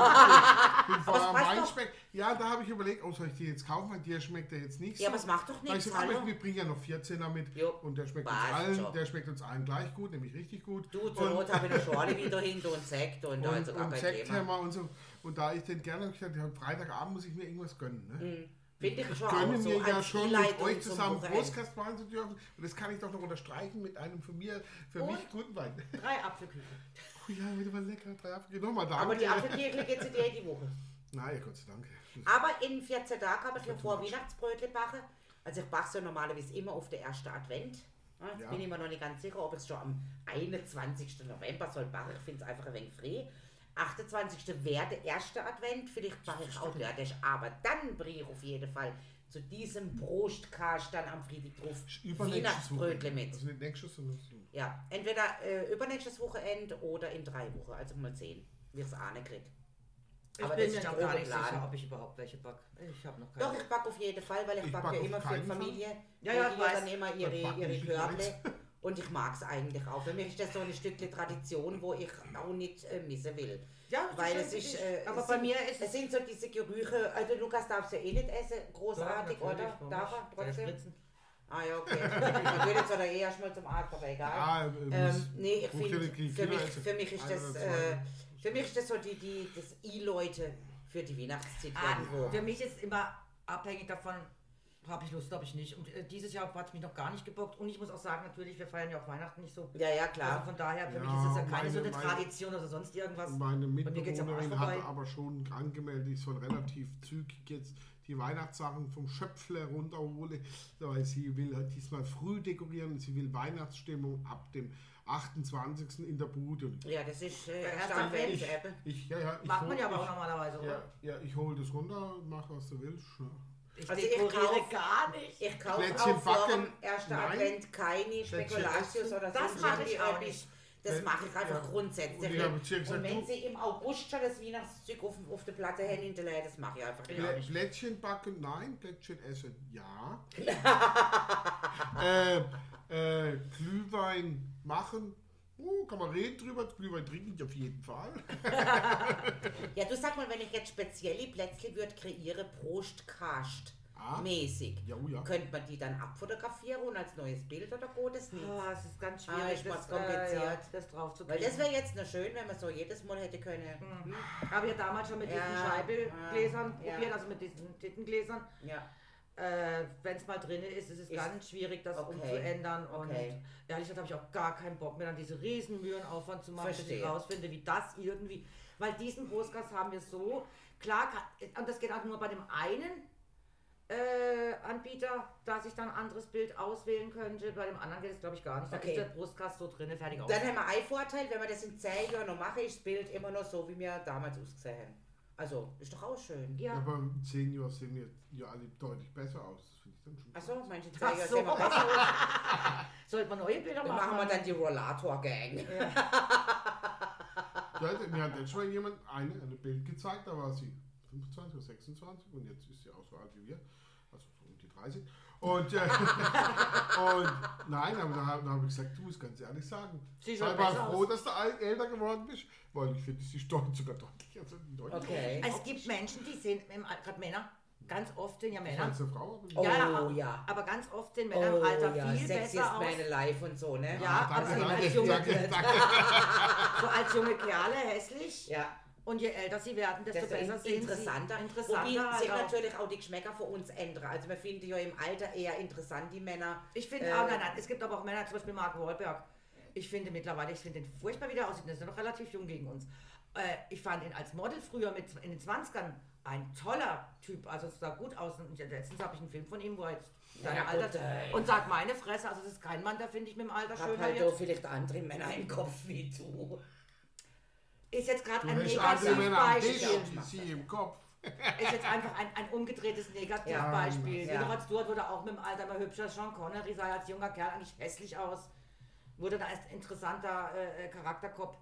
vor
es
allem
passt doch.
Weinspeck. Ja, da habe ich überlegt, oh, soll ich die jetzt kaufen, weil dir schmeckt der jetzt nicht
Ja,
so.
aber es macht doch
Weil ich
nichts,
sag, aber
hallo.
wir bringen ja noch 14er mit
Jo.
und der schmeckt, uns
Passt
allen,
schon.
der schmeckt uns allen gleich gut, nämlich richtig gut.
Du, zur
Und-
Not habe ich eine Schorle wieder hinter und Sekt und,
und,
also gar
und
kein Thema.
Sekthammer und so. Und da ich den gerne hab ich gesagt habe, Freitagabend muss ich mir irgendwas gönnen.
Mhm.
Ne?
Finde ich schon auch
Gönnen
so
wir ja
als
schon mit
Einleitung
euch
zum
zusammen
Wochenende.
Großkast machen zu dürfen. Und das kann ich doch noch unterstreichen mit einem für, mir, für mich
Und?
guten Wein.
Drei Apfelküche.
Oh ja, wieder mal lecker. Drei Apfel. Nochmal danke.
Aber die Apfelkirche geht zu dir eh die Woche.
Na ja, Gott sei Dank.
Aber in 14 Tagen habe ich ja vor, Weihnachtsbrötle backen. Also ich backe so normalerweise immer auf den ersten Advent. Ja, Jetzt
Ja.
bin ich mir noch nicht ganz sicher, ob ich es schon am 21. November soll backen. Ich finde es einfach ein wenig frei. 28. wäre der erste Advent. Vielleicht mache ich auch der. Aber dann bringe ich auf jeden Fall zu diesem Brostkast dann am Freitag drauf
Übernächstes
Weihnachtsbrötle
Wochenende.
mit.
Also nicht nächstes, sondern so.
Ja, entweder äh, übernächstes Wochenende oder in drei Wochen. Also mal sehen, wie ich es ahne kriege.
Ich
Aber
bin
das
mir
ist der
noch gar
grobe
nicht
Plan.
sicher, ob ich überhaupt welche back. Ich habe noch
Doch,
keine.
ich backe auf jeden Fall, weil ich,
Ich
backe
back
ja
auf
immer für die
keinen
Familie.
Ja, ja,
Und
ich
die
weiß.
dann immer ihre,
Dann back
ihre
ich
Körble.
nichts.
Und ich mag es eigentlich auch. Für mich ist das so ein Stückchen Tradition, wo ich auch nicht äh, missen will.
Ja, das
Weil
ist
es
schön
ist.
für
Äh,
dich. Aber
es
bei
sind,
mir ist
es.
es-
sind so diese Gerüche. Also, Lukas darf es ja eh nicht essen, großartig, oder? Darf er trotzdem? Ah, ja, okay. Dann würde jetzt oder eh erstmal zum Arzt, aber egal.
Ja, äh,
Ähm, nee, ich
Braucht
finde,
ja nicht viel
für, mich-
also
Essen.
für mich ist
also Ein
das,
oder
äh,
zwei.
für mich ist das so die, die, das I-Leute für die Weihnachtszeit
Ah,
irgendwo.
Für mich ist immer abhängig davon, habe ich Lust, habe ich nicht. Und äh, dieses Jahr hat es mich noch gar nicht gebockt. Und ich muss auch sagen, natürlich, wir feiern ja auch Weihnachten nicht so.
Ja, ja,
Also
klar.
von daher, für
Ja,
mich ist es ja keine
meine-
so eine
meine-
Tradition oder sonst irgendwas.
Meine
Bei mir geht's am Arsch
Mitbewohnerin hat
vorbei.
aber schon angemeldet, ich soll relativ zügig jetzt die Weihnachtssachen vom Schöpfle runterholen, weil sie will halt diesmal früh dekorieren, sie will Weihnachtsstimmung ab dem 28. in der Bude. Und
Ja, das ist äh,
Ja,
erst
erst
Advent,
Advent.
Apple.
Ich, ja, ja, ich
Macht man
hol-
ja aber auch
ich-
normalerweise, oder?
Ja, ja, ich hole das runter, mach was du willst. Ja.
Ich
Also ich
dekoriere
kauf-
gar nicht.
Ich kaufe
Plätzchen
auch vor dem
backen?
ersten
Nein.
Advent keine
Plätzchen
Spekulatius
essen?
oder
Das
sonst
mache ich
irgendwie
auch nicht.
Das
Wenn-
mache ich einfach
Äh, ja.
grundsätzlich.
Und ich habe zu ihr
nicht.
gesagt,
Und wenn
du-
sie im August schon das Weihnachtszeug auf, auf der Platte hängen in der Lei, das mache ich einfach nicht.
Plä Plätzchen backen, nein. Plätzchen essen, ja. äh, äh, Glühwein machen, oh, kann man reden drüber. Glühwein trinken auf jeden Fall.
Ja, du sag mal, wenn ich jetzt spezielle Plätzchen würde kreiere, Prost kascht.
Ah.
mäßig.
Ja, oh ja.
Könnte man die dann abfotografieren und als neues Bild oder so, das nicht.
Oh, es ist ganz
Ah,
schwierig,
ich mach's
das, äh,
kompliziert.
ja, das drauf zu
Weil
kriegen.
das wäre jetzt nur schön, wenn man so jedes Mal hätte können.
Ah.
Habe ja damals schon mit diesen
Ja,
Scheibelgläsern
ja.
probiert, also mit diesen Tittengläsern.
Ja.
Äh, Wenn es mal drin ist, ist es
Ist-
ganz schwierig, das
okay,
umzuändern. Und
okay.
ehrlich gesagt habe ich auch gar keinen Bock mehr, dann diese Riesenmühen Aufwand zu machen, dass ich
Verstehe.
rausfinde, wie das irgendwie. Weil diesen Großgast haben wir so. Klar, ka- und das geht auch nur bei dem einen äh, Anbieter, dass ich dann ein anderes Bild auswählen könnte. Bei dem anderen geht es, glaube ich, gar nicht. Da
Okay.
ist der Brustkast so drin, fertig aus.
Dann haben wir einen Vorteil, wenn wir das in 10 Jahren noch machen, ist das Bild immer noch so, wie wir damals ausgesehen haben. Also, ist doch auch schön.
Ja.
Aber in zehn Jahren sehen wir ja alle deutlich besser aus. Das finde ich dann schon.
Achso, manche 10
Ach
Jahre
so.
sehen wir besser aus.
Sollte man neue Bilder
Dann
machen?
machen wir dann die Rollator-Gang.
Ja, also, mir hat letztes Mal jemand eine, eine Bild gezeigt, da war sie 25 oder 26 und jetzt ist sie auch so alt wie wir. Also so um die 30. Und, äh, und nein, aber da habe hab ich gesagt, du musst ganz ehrlich sagen.
Sieht
sei
schon
mal
besser
froh,
aus.
dass du al- älter geworden bist, weil ich finde, sie steuert sogar deutlich. Also deutlich.
Okay.
Es gibt Menschen, die sehen, gerade Männer, ganz oft sind ja
Ich
Männer.
als eine Frau, aber
Oh,
aber-
ja.
Aber ganz oft sehen Männer im Alter viel
Sex
besser
ist
aus.
meine Life und so, ne?
Ja, aber
danke,
eben als
danke,
junge,
danke, danke.
So als junge Kerle hässlich.
Ja.
Und je älter sie werden, desto
Desto
besser sehen
interessanter.
sie.
Wobei
Interessanter.
sich
halt auch.
natürlich auch die Geschmäcker für uns ändern. Also wir finden ja im Alter eher interessant die Männer.
Ich finde
Äh,
auch, nein, nein, es gibt aber auch Männer, zum Beispiel Mark Wahlberg. Ich finde mittlerweile, ich finde ihn furchtbar, wie der aussieht. Der ist ja noch relativ jung gegen uns. Äh, ich fand ihn als Model früher mit, in den 20ern ein toller Typ. Also es sah gut aus. Und letztens habe ich einen Film von ihm, wo er jetzt seine
Ja, gut,
Alter...
ey.
Und sagt, meine Fresse, also es ist kein Mann, da finde ich mit dem Alter
Hab
schöner
halt auch
jetzt.
vielleicht andere Männer im Kopf wie du.
Ist jetzt gerade ein
Du hast andere Männer am Tisch,
Negativbeispiel.
die sie im Kopf.
Ist jetzt einfach ein, ein umgedrehtes Negativbeispiel.
Ja.
Ja.
Ja.
Rod Stewart wurde auch mit dem Alter mal hübscher. Sean Connery sah als junger Kerl eigentlich hässlich aus. Wurde da als interessanter äh, Charakterkopf.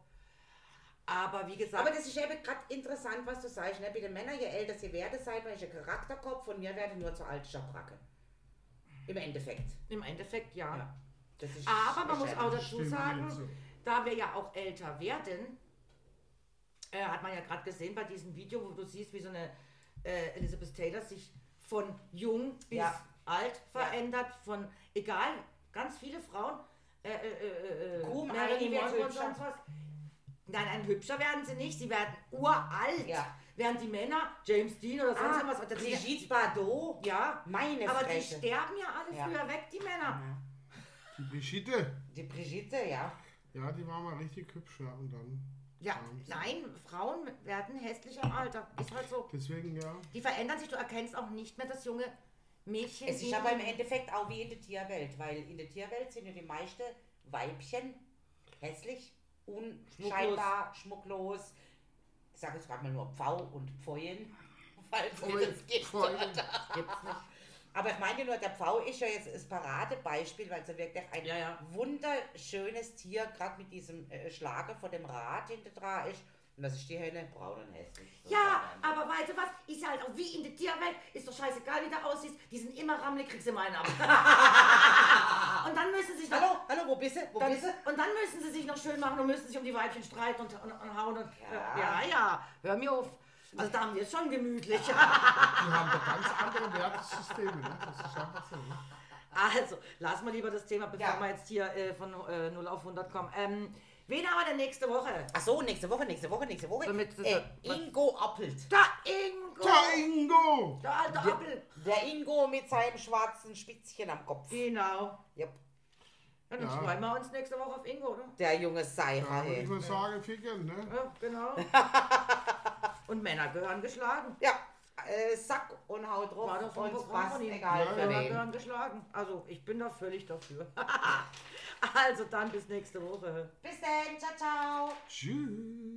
Aber wie gesagt,
Aber das ist eben gerade interessant, was du sagst. Ne? Bei den Männern, je älter sie werden, seid man ist ein Charakterkopf und mir werden nur zur alten Schabracke. Im Endeffekt.
im Endeffekt ja.
Ja. Das ist
Aber man muss
ist
auch
eben-
dazu
Stimmt,
sagen,
jetzt so.
da wir ja auch älter werden, äh, hat man ja gerade gesehen bei diesem Video, wo du siehst, wie so eine äh, Elizabeth Taylor sich von jung bis
Ja.
alt verändert, von egal, ganz viele Frauen, äh, äh, äh,
Groom,
Marilyn
Heidi wird
Monroe und
Um hübscher.
sonst was. Nein, ein hübscher werden sie nicht, sie werden uralt.
Ja.
Während die Männer, James Dean oder sonst
Ah,
was,
was,
oder also die-
Brigitte Bardot?
ja,
Meine
aber die
Fresse.
sterben ja alle
Ja.
früher weg, die Männer.
Die Brigitte,
Die Brigitte, ja.
ja, die war mal richtig hübsch, ja, und dann.
Ja, nein, Frauen werden hässlich im Alter. Ist halt so.
Deswegen, ja.
Die verändern sich, du erkennst auch nicht mehr das junge Mädchen.
Es ist
in-
aber im Endeffekt auch wie in der Tierwelt, weil in der Tierwelt sind ja die meisten Weibchen hässlich, unscheinbar, schmucklos. Ich sage jetzt gerade mal nur Pfau und Pfeuen, falls es das gibt.
Gibt's nicht.
Aber ich meine nur, der Pfau ist ja jetzt das Paradebeispiel, weil es ja wirklich ein
Ja, ja.
wunderschönes Tier, gerade mit diesem äh, Schlager von dem Rad hinter dran ist. Und das ist die Henne, braun und hässlich. So
Ja,
ist das
aber weißt du was? Ist ja halt auch wie in der Tierwelt. Ist doch scheißegal, wie du aussiehst. Die sind immer rammelig, kriegst du immer einen ab. und dann müssen sie sich
dann.
noch,
Hallo, hallo, wo bist du? Wo
dann,
bist du?
und dann müssen sie sich noch schön machen und müssen sich um die Weibchen streiten und, und, und hauen. Und,
Ja.
ja, ja, hör mir auf. Also da haben wir es schon gemütlich.
Die haben da ganz andere Wertesysteme, ne? Das ist einfach so. Ne?
Also, lassen wir lieber das Thema, bevor
Ja.
wir jetzt hier äh, von äh, 0 auf 100 kommen. Ähm, wen haben wir denn nächste Woche?
Ach so, nächste Woche, nächste Woche, nächste Woche.
Damit-
äh, Ingo Appelt.
Da Ingo!
Da Ingo!
Der alte Appel!
Der Ingo mit seinem schwarzen Spitzchen am Kopf.
Genau.
Jupp.
Ja, dann
Ja.
freuen wir uns nächste Woche auf Ingo, oder?
Der junge Seicher.
Ja, würde ich
hey.
mal sagen, ficken, ne?
Ja, genau. Und Männer gehören geschlagen.
Ja, äh, Sack und Haut drauf.
War doch so ein
und
Programm
passt
von ihm.
egal
Ja,
für
Männer
wen.
gehören geschlagen. Also, ich bin da völlig dafür. also dann bis nächste Woche.
Bis dann, ciao, ciao.
Tschüss.